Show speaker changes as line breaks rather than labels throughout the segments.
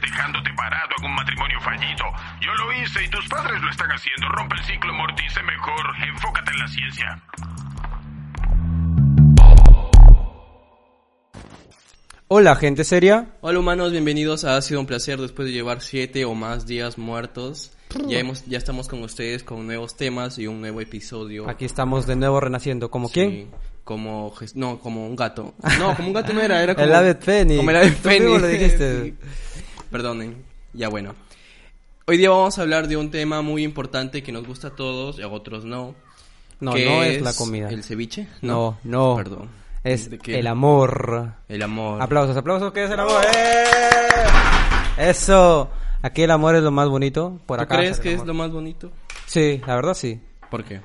quedándote parado en un matrimonio fallido. Yo lo hice y tus padres lo están haciendo. Rompe el ciclo, Morty, sé mejor. Enfócate en la ciencia.
Hola, gente seria.
Hola humanos, bienvenidos a Ha sido un placer después de llevar siete o más días muertos. Ya, hemos, ya estamos con ustedes con nuevos temas y un nuevo episodio.
Aquí estamos de nuevo renaciendo. ¿Como
Sí,
quién?
Como, jes- no, como un gato. No, como un gato no era, era como...
El ave Penny.
Como el ave
Tú mismo
Fénix.
lo dijiste.
Sí. Perdonen, ya bueno. Hoy día vamos a hablar de un tema muy importante que nos gusta a todos y a otros no.
No,
que
no es, la comida.
¿El ceviche?
No, no.
Perdón.
Es
¿De qué?
el amor.
El amor.
Aplausos, aplausos, que es el amor. ¡Eh! Eso. Aquí el amor es lo más bonito. Por
¿Tú
acá.
crees
hacer
que
el
es
amor.
lo más bonito?
Sí, la verdad sí.
¿Por qué?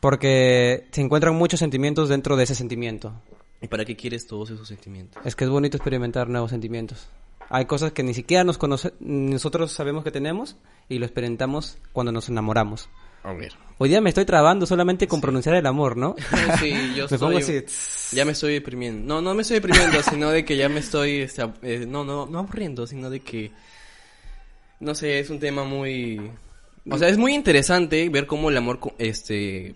Porque se encuentran muchos sentimientos dentro de ese sentimiento.
¿Y para qué quieres todos esos sentimientos?
Es que es bonito experimentar nuevos sentimientos. Hay cosas que ni siquiera nos conoce- nosotros sabemos que tenemos y lo experimentamos cuando nos enamoramos.
A ver.
Hoy día me estoy trabando solamente con pronunciar el amor, ¿no?
Sí, yo
Me pongo
soy-
así, tss.
Ya me estoy deprimiendo. No, no me estoy deprimiendo, sino de que ya me estoy... este, ab- eh, no, no, no aburriendo, sino de que... No sé, es un tema muy... O sea, es muy interesante ver cómo el amor co- este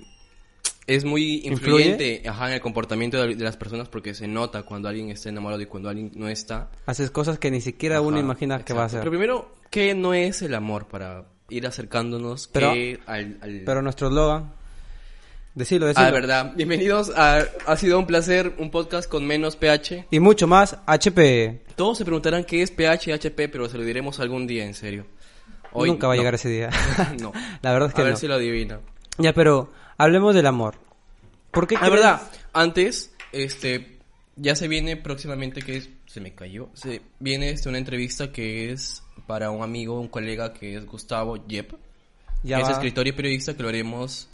es muy
¿Influye?
influyente ajá, en el comportamiento de, de las personas porque se nota cuando alguien está enamorado y cuando alguien no está.
Haces cosas que ni siquiera uno
Ajá,
imagina que va a
exacto.
hacer.
Pero primero, ¿qué no es el amor para ir acercándonos
Pero-
qué al, al-
Pero nuestro eslogan... Decilo, decilo.
Ah, verdad. Bienvenidos a Ha sido un placer, un podcast con menos pH.
Y mucho más, HP.
Todos se preguntarán qué es pH, HP, pero se lo diremos algún día, en serio.
Nunca va a
no.
llegar ese día.
no.
La verdad es que
A ver
no.
si lo adivina.
Ya, pero hablemos del amor. ¿Por qué
La
crees-
Ah, verdad, antes, este, ya se viene próximamente que es, se me cayó, se viene este, una entrevista que es para un amigo, un colega que es Gustavo Yep,
Ya
que es
va.
escritor y periodista que lo haremos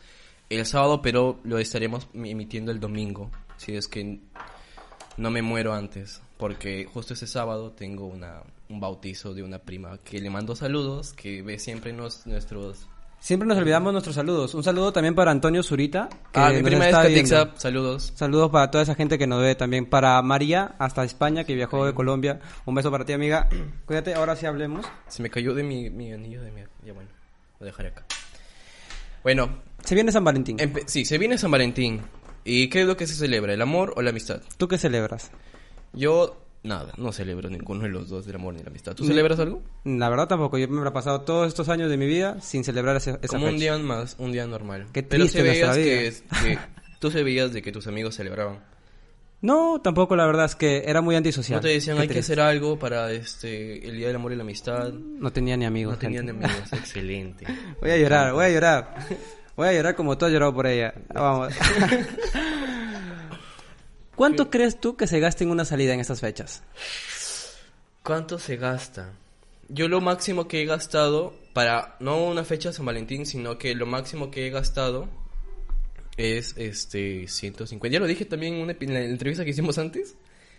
el sábado, pero lo estaremos emitiendo el domingo, si es que no me muero antes, porque justo ese sábado tengo una, un bautizo de una prima que le mando saludos, que ve siempre nos- nuestros...
Siempre nos olvidamos nuestros saludos. Un saludo también para Antonio Zurita. Que
ah, mi
nos
prima es
está viendo.
Catixa, saludos.
Saludos para toda esa gente que nos ve también. Para María, hasta España, que viajó de Colombia. Un beso para ti, amiga. Cuídate, ahora sí hablemos.
Se me cayó de mi, mi anillo de mi... Ya bueno, lo dejaré acá. Bueno,
Se viene San Valentín.
empe- sí, se viene San Valentín. ¿Y qué es lo que se celebra? ¿El amor o la amistad?
¿Tú qué celebras?
Yo, nada, no celebro ninguno de los dos, el amor ni la amistad. ¿Tú celebras algo?
La verdad tampoco. Yo me he pasado todos estos años de mi vida sin celebrar ese, esa
Como un
fecha.
día más, un día normal.
Qué
Pero
triste
se veías
nuestra
que,
vida.
es- que tú se veías de que tus amigos celebraban.
No, tampoco. La verdad es que era muy antisocial.
No te decían,
Qué
hay que
triste.
hacer algo para este el Día del Amor y la Amistad.
No tenía ni amigos.
No tenían
gente.
amigos. Excelente.
Voy a llorar, voy a llorar. Voy a llorar como tú has llorado por ella. Ah, Vamos. ¿Cuánto crees tú que se gaste en una salida en estas fechas?
¿Cuánto se gasta? Yo lo máximo que he gastado para no una fecha de San Valentín, sino que lo máximo que he gastado es este 150. Ya lo dije también en, una, en la entrevista que hicimos antes.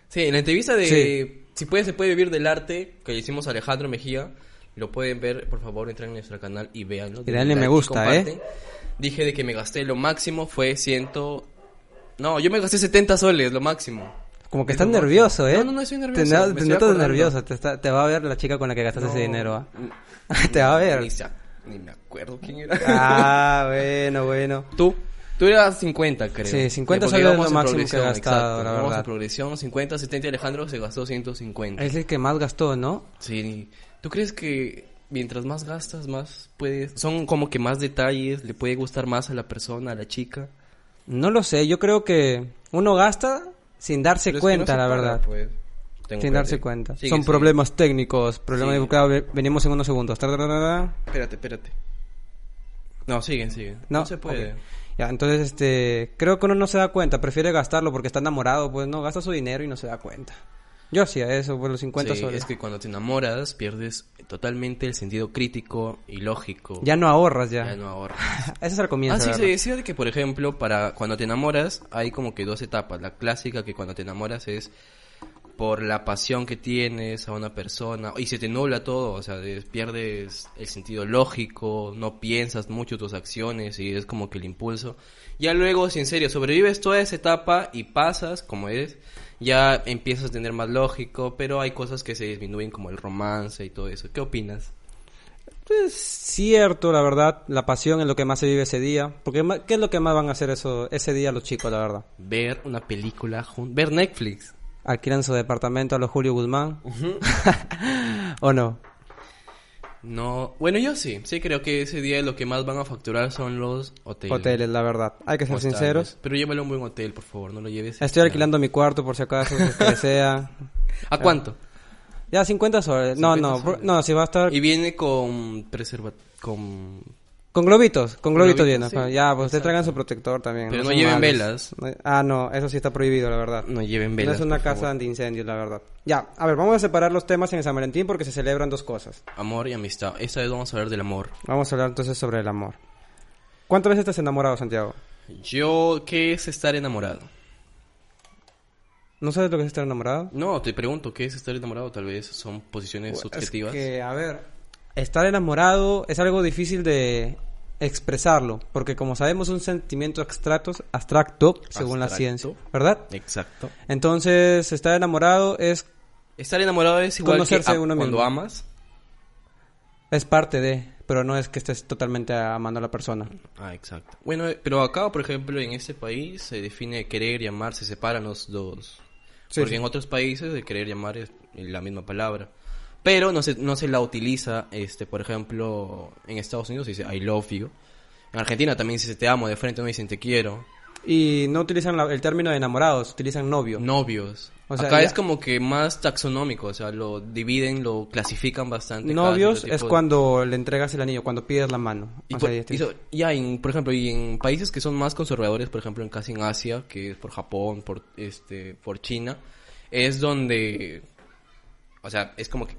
Sí, en la entrevista de
Sí.
Si puede se puede vivir del arte que le hicimos a Alejandro Mejía, lo pueden ver, por favor, entren en nuestro canal y véanlo.
Y denle me
like
gusta, ¿eh?
comparten. Dije de que me gasté lo máximo fue 100 No, yo me gasté 70 soles, lo máximo.
Como que
Es
estás
lo
nervioso, ¿eh?
máximo. No, no, no estoy nervioso,
Te na-
me
Te,
estoy
notas
acordando.
nervioso. Te, está- te va a ver la chica con la que gastaste ese dinero, ¿ah?
Ni-
Te va a ver.
Ni, se ac- ni me acuerdo quién era.
Ah, bueno, bueno.
Tú. Tú eras 50, creo.
Sí, 50
Porque
soles es
íbamos
lo
en
máximo que he
progresión,
gastado,
exacto.
la
Íbamos en
verdad.
progresión, 50, 70 y Alejandro se gastó 150.
Es el que más gastó, ¿no?
Sí. ¿Tú crees que mientras más gastas, más puedes... Son como que más detalles, le puede gustar más a la persona, a la chica?
No lo sé. Yo creo que uno gasta sin darse
Pero es que no
cuenta,
se
la
para,
verdad.
pues. Tengo
sin
que
darse
decir.
cuenta.
Sigue,
Son
sigue.
problemas técnicos. Problemas
Sigue.
de claro, ve- Venimos en unos segundos. Tar, tar, tar, tar.
Espérate, espérate. No, siguen, siguen. No, se puede.
ok. Ya, entonces, este, creo que uno no se da cuenta, prefiere gastarlo porque está enamorado, pues no, gasta su dinero y no se da cuenta. Yo hacía eso por los 50
Sí,
soles.
Es que cuando te enamoras pierdes totalmente el sentido crítico y lógico.
Ya no ahorras ya.
Ya no ahorras.
Ese es el comienzo.
Ah, sí,
la
se
verdad.
decía de que, por ejemplo, para cuando te enamoras hay como que dos etapas. La clásica que cuando te enamoras es por la pasión que tienes a una persona y se te nubla todo, o sea, des- pierdes el sentido lógico, no piensas mucho tus acciones y es como que el impulso. Ya luego, si en serio, sobrevives toda esa etapa y pasas como eres, ya empiezas a tener más lógico, pero hay cosas que se disminuyen como el romance y todo eso. ¿Qué opinas?
Es Pues, cierto, la verdad, la pasión es lo que más se vive ese día. Porque, ma- ¿qué es lo que más van a hacer eso, ese día los chicos, la verdad?
Ver una película, jun- ver Netflix.
Alquilan su departamento a los Julio Guzmán. ¿O no?
No, bueno, yo sí, sí creo que ese día lo que más van a facturar son los hoteles.
Hoteles, la verdad. Hay que ser
Hostales.
sinceros.
Pero llévalo a un buen hotel, por favor, no lo lleves.
Estoy alquilando mi cuarto por si acaso, si es que desea.
¿A cuánto?
Ya, 50 soles. No,
50
no, bro-
soles.
no, si va a estar...
Y viene con preserva con
Con globitos, con globitos
globitos,
viene.
sí.
ajá. Ya, pues ustedes traigan su protector también.
Pero no
son
lleven
malos.
velas.
No- Ah, no, eso sí está prohibido, la verdad.
no lleven
no
velas.
es una
por
casa
favor.
antiincendios, la verdad. Ya, a ver, vamos a separar los temas en San Valentín porque se celebran dos cosas.
Amor y amistad. Esta vez vamos a hablar del amor.
Vamos a hablar entonces sobre el amor. ¿Cuántas veces te has enamorado, Santiago?
Yo, ¿qué es estar enamorado?
¿No sabes lo que es estar enamorado?
No, te pregunto, ¿qué es estar enamorado? Tal vez son posiciones subjetivas.
Pues, Es que, a ver, estar enamorado es algo difícil de expresarlo, porque como sabemos es un sentimiento abstracto, abstracto según la
Abstracto.
ciencia, ¿verdad?
Exacto.
Entonces, estar enamorado es,
Estar enamorado es igual
Conocerse
que a-
uno
cuando
mismo.
amas.
es parte de, pero no es que estés totalmente amando a la persona.
Ah, exacto. Bueno, eh, pero acá, por ejemplo, en este país se define querer y amar, se separan los dos.
Sí,
Porque
sí.
en otros países el querer y amar es la misma palabra. Pero no se, no se la utiliza, este, por ejemplo, en Estados Unidos se dice I love you. En Argentina también se dice te amo, de frente no dicen te quiero.
Y no utilizan la- el término de enamorados, utilizan novio.
Novios.
O sea,
acá
ya-
es como que más taxonómico, o sea, lo dividen, lo clasifican bastante. cada
Novios
cierto
es
tipo de-
cuando le entregas el anillo, cuando pides la mano.
Y
O
por-
sea, ya está.
y so- ya, en, por ejemplo, y en países que son más conservadores, por ejemplo, en casi en Asia, que es por Japón, por este, por China, es donde, o sea, es como que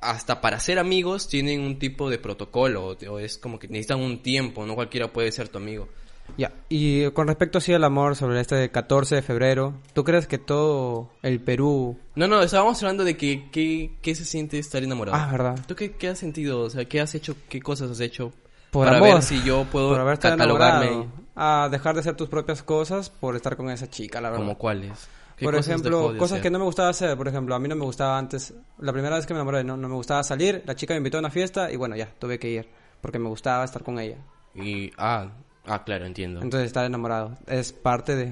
hasta para ser amigos tienen un tipo de protocolo, o- o es como que necesitan un tiempo, no cualquiera puede ser tu amigo.
Ya, y con respecto así al amor sobre este 14 de febrero, ¿tú crees que todo el Perú...
No, no, estábamos hablando de que, que, que se siente estar enamorado.
Ah, verdad.
¿Tú qué, qué has sentido? O sea, ¿qué has hecho? ¿Qué cosas has hecho?
Por
para
amor,
ver si yo puedo
por haber estado
catalogarme
enamorado, a dejar de hacer tus propias cosas por estar con esa chica, la verdad.
como cuáles. ¿Qué
por
cosas
ejemplo,
dejó de
cosas
hacer?
que no me gustaba hacer, por ejemplo, a mí no me gustaba antes, la primera vez que me enamoré, no, no me gustaba salir, la chica me invitó a una fiesta y bueno, ya, tuve que ir, porque me gustaba estar con ella.
Y, ah, ah, claro, entiendo.
Entonces estar enamorado es parte de...
O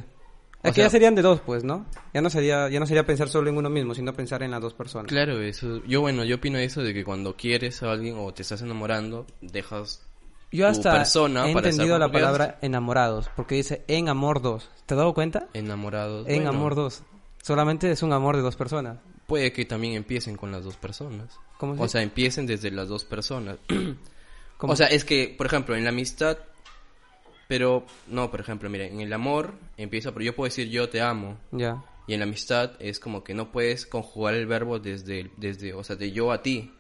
Es que
sea-
ya serían de dos, pues, ¿no? Ya no sería ya no sería pensar solo en uno mismo, sino pensar en las dos personas.
claro, eso, yo bueno, yo opino eso de que cuando quieres a alguien o te estás enamorando, dejas
Yo
tu
hasta
persona
he
para estar
entendido
con
la
otros.
palabra enamorados, porque dice en amor dos. ¿Te has dado cuenta?
enamorados.
En
Bueno,
amor dos. Solamente es un amor de dos personas.
Puede que también empiecen con las dos personas.
¿Cómo
o
así?
sea, empiecen desde las dos personas.
¿Cómo?
O sea, es que, por ejemplo, en la amistad, pero no, por ejemplo, mira, en el amor empieza, pero yo puedo decir yo te amo.
Ya.
Y en la amistad es como que no puedes conjugar el verbo desde, el- desde o sea, de yo a ti.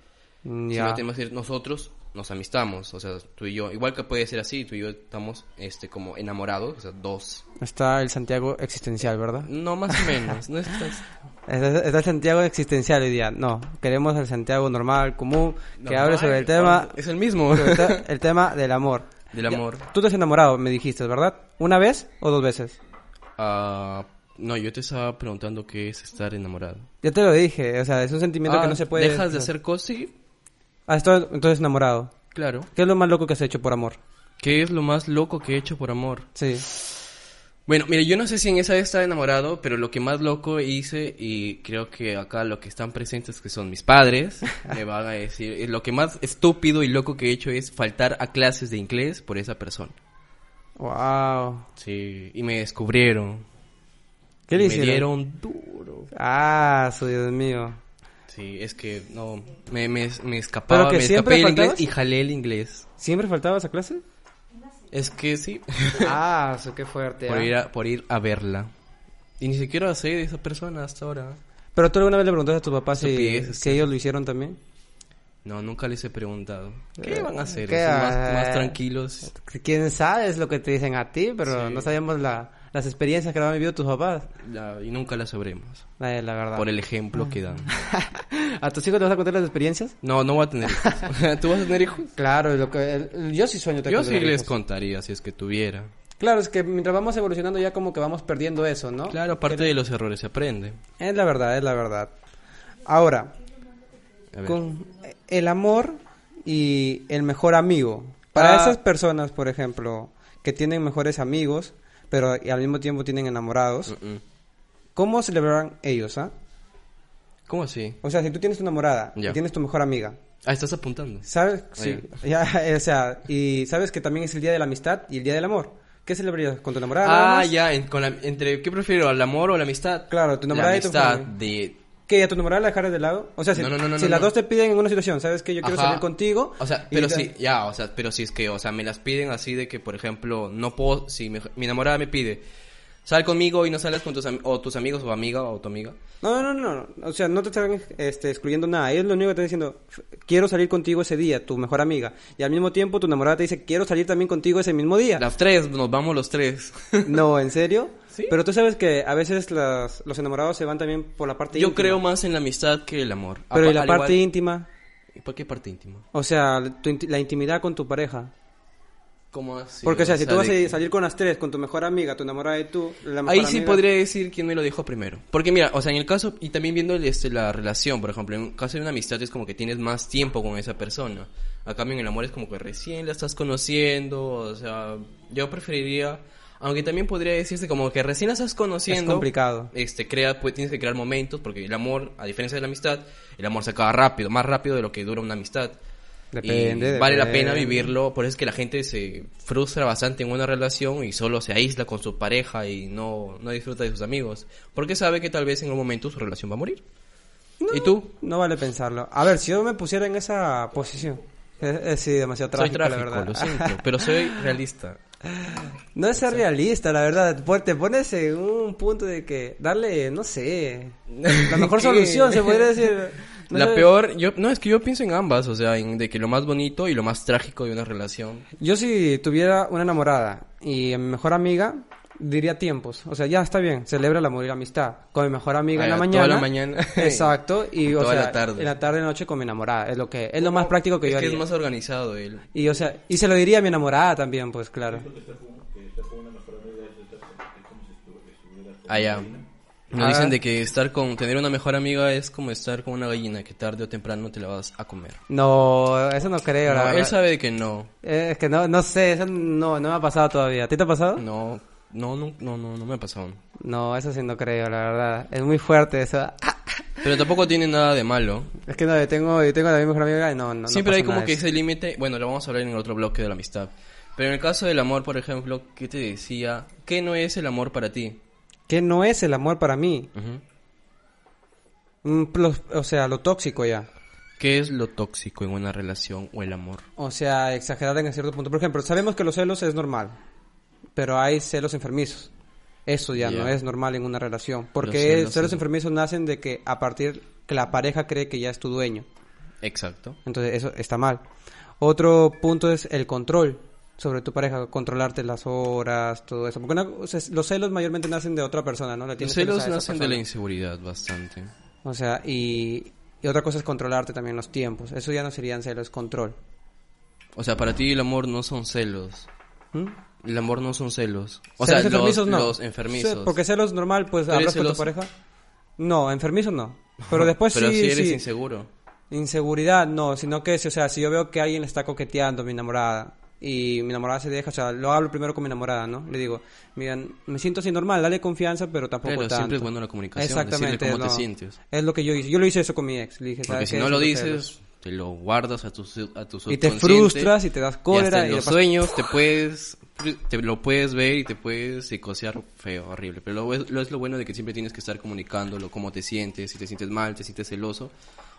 Mm,
Sino
Ya.
tenemos que decir, nosotros nos amistamos, o sea, tú y yo, igual que puede ser así, tú y yo estamos este como enamorados, o sea, dos.
Está el Santiago existencial, ¿verdad?
No más o menos, no estás
Está, está el Santiago existencial hoy día. No, queremos el Santiago normal, común, que
Normal,
hable sobre el tema,
Es el mismo.
sobre el te- el tema del amor.
Del amor.
Tú te has enamorado, me dijiste, ¿verdad? ¿Una vez o dos veces?
Ah, no, yo te estaba preguntando qué es estar enamorado.
Ya te lo dije, o sea, es un sentimiento
Ah,
que no se puede...
Dejas de hacer cosas, sí,
Ah, estoy entonces enamorado.
claro.
¿Qué es lo más loco que has hecho por amor?
¿Qué es lo más loco que he hecho por amor?
Sí.
Bueno, mira, yo no sé si en esa vez estaba enamorado, pero lo que más loco hice, y creo que acá lo que están presentes, que son mis padres, me van a decir, eh, lo que más estúpido y loco que he hecho es faltar a clases de inglés por esa persona.
Wow.
Sí, y me descubrieron.
¿Qué le
Y
hicieron?
Me dieron duro.
Ah, su Dios mío.
Sí, es que no, me, me, me escapaba,
¿Pero que
me escapé
siempre
del inglés
faltabas?
y jalé el inglés.
¿Siempre faltaba esa clase?
Es que sí,
ah, su qué fuerte.
por,
ah.
ir a, por ir a verla. Y ni siquiera sé de esa persona hasta ahora.
Pero tú alguna vez le preguntaste a tus papás si,
Estupideces,
si ellos lo hicieron también.
No, nunca les he preguntado. ¿Qué
Eh,
van a hacer?
¿qué
¿Son
va-
más, más tranquilos.
Quién sabe es lo que te dicen a ti, pero no sabemos la- las experiencias que han vivido tus papás.
Ya, y nunca la sabremos.
La, la verdad.
Por el ejemplo que
Mm.
dan.
¿A tus hijos te vas a contar las experiencias?
No, no voy a tener hijos. ¿Tú vas a tener hijos?
Claro, lo que, el- yo sí sueño.
Yo sí les contaría si es que tuviera.
Claro, es que mientras vamos evolucionando ya como que vamos perdiendo eso, ¿no?
Claro, aparte de los errores se aprende.
Es la verdad, es la verdad. Ahora,
A ver.
con eh, el amor y el mejor amigo. Para
Ah.
esas personas, por ejemplo, que tienen mejores amigos, pero y al mismo tiempo tienen enamorados,
Mm, mm.
¿cómo celebrarán ellos, ah?
¿Cómo así?
O sea, si tú tienes tu enamorada
Ya.
y tienes tu mejor amiga,
Ah, estás apuntando.
¿sabes? Sí. Ya, o sea, y sabes que también es el día de la amistad y el día del amor. ¿Qué celebrarías con tu enamorada? nada
Ah,
más?
ya, en- con la- entre ¿qué prefiero, al amor o la amistad?
Claro, tu
la
enamorada y tu
amistad
familia.
de
¿Qué? ¿A tu enamorada la dejarás de lado? O sea, si,
No, no, no, no,
si
no,
las
no.
dos te piden en una situación, ¿sabes que yo quiero
Ajá.
salir contigo?
O sea,
y
pero
te-
sí, ya, o sea, pero si es que, o sea, me las piden así de que, por ejemplo, no puedo, si me- mi enamorada me pide, sal conmigo y no sales con tus, am- o tus amigos o amiga o tu amiga.
No, no, no, no. O sea, no te están este, excluyendo nada. Es lo único que te están diciendo, "F- quiero salir contigo ese día, tu mejor amiga. Y al mismo tiempo tu enamorada te dice, quiero salir también contigo ese mismo día.
Las tres, nos vamos los tres.
No, ¿en serio?
Sí.
Pero tú sabes que a veces las- los enamorados se van también por la parte
Yo
íntima.
creo más en la amistad que el amor.
Pero
Apa-
¿y la
al
parte
igual-
íntima?
¿Y ¿Por qué parte íntima?
O sea, tu inti- la intimidad con tu pareja.
¿Cómo así?
Porque, o sea, si tú vas
de-
a salir con las tres, con tu mejor amiga, tu enamorada y tú... la mejor
Ahí sí
amiga-
podría decir quién me lo dijo primero. Porque mira, o sea, en el caso, y también viendo el, este, la relación, por ejemplo, en el caso de una amistad es como que tienes más tiempo con esa persona. A cambio en el amor es como que recién la estás conociendo, o sea, yo preferiría, aunque también podría decirse como que recién la estás conociendo.
complicado.
Este, crea, pues, tienes que crear momentos, porque el amor, a diferencia de la amistad, el amor se acaba rápido, más rápido de lo que dura una amistad.
Depende,
Y Vale la
depende.
pena vivirlo, por eso es que la gente se frustra bastante en una relación y solo se aísla con su pareja y no, no disfruta de sus amigos, porque sabe que tal vez en un momento su relación va a morir. ¿Y tú?
No vale pensarlo. A ver, si yo me pusiera en esa posición... Es, es- sí, demasiado
Soy
trágico, la
trágico,
verdad.
lo siento, pero soy realista.
No es ser realista, la verdad. Pon- Te pones en un punto de que darle, no sé, la mejor
¿Qué?
solución, se podría decir. No
la
sé.
peor, yo, no, es que yo pienso en ambas, o sea, en, de que lo más bonito y lo más trágico de una relación.
Yo si tuviera una enamorada y a mi mejor amiga, diría tiempos. O sea, ya está bien, celebra el amor y la amistad. Con mi mejor amiga en la
Ah,
mañana.
toda la mañana.
Exacto. Y, o
Toda
sea,
la tarde. Oh,
en la tarde noche con mi enamorada. Es lo que es lo más práctico que
es
yo
que
haría.
es más organizado él.
Y, o sea, y se lo diría a mi enamorada también, pues claro.
Allá.
Ah.
Nos dicen de que estar con, tener una mejor amiga es como estar con una gallina que tarde o temprano te la vas a comer.
No, eso no creo, la
No, él
verdad.
sabe de que no.
Eh, Es que no, no sé, eso no, no me ha pasado todavía. ¿A ti te ha pasado?
No, no, no, no, no, no me ha pasado.
No, eso sí no creo, la verdad. Es muy fuerte eso. Ah,
Pero tampoco tiene nada de malo.
es que no, yo tengo, yo tengo la misma mejor amiga y no, no. no
Siempre hay
pasa
como
nada
que
de eso.
ese límite. Bueno, lo vamos a hablar en el otro bloque de la amistad. Pero en el caso del amor, por ejemplo, ¿qué te decía? ¿Qué no es el amor para ti?
Que no es el amor para mí.
Ujú.
Mm, plos- o sea, lo tóxico ya.
¿Qué es lo tóxico en una relación o el amor?
O sea, exagerar en cierto punto. Por ejemplo, sabemos que los celos es normal, pero hay celos enfermizos. Eso ya
Ya.
no es normal en una relación. Porque
celos,
celos,
sí.
enfermizos nacen de que a partir que la pareja cree que ya es tu dueño.
Exacto.
Entonces eso está mal. Otro punto es el control sobre tu pareja, controlarte las horas, todo eso. Porque una- o sea, los celos mayormente nacen de otra persona, ¿no? Le
Los
tienes celos
celos
a esa
nacen de la
persona.
inseguridad bastante.
O sea, y, y otra cosa es controlarte también los tiempos. Eso ya no serían celos, control.
O sea, para ti el amor no son celos.
¿Mm?
El amor no son celos. O
Celos
sea,
enfermizos
los,
no.
los enfermizos.
Sí, porque celos normal, pues
¿Tú eres
hablas con tu
celoso?
pareja. No, enfermizos no. Pero después
Pero
sí,
si eres
sí.
inseguro.
Inseguridad, no, sino que, si- o sea, si yo veo que alguien le está coqueteando a mi enamorada y mi enamorada se deja, o sea, lo hablo primero con mi enamorada, ¿no? Le digo, miren, me siento así normal, dale confianza, pero tampoco
Claro,
tanto.
siempre es bueno la comunicación, decirle cómo
es
te
lo-
sientes.
Es lo que yo hice. Yo lo hice eso con mi ex. Le dije,
Porque
"¿Sabes
si
qué?
no lo
Siento
dices, te lo guardas a tu, su- a tu
Y te
subconsciente,
frustras y te das cólera
hasta
y
en
le
los
pasas-
sueños te puedes te lo puedes ver y te puedes psicosear feo, horrible. Pero lo, es- lo es lo bueno de que siempre tienes que estar comunicándolo, cómo te sientes, si te sientes mal, te sientes celoso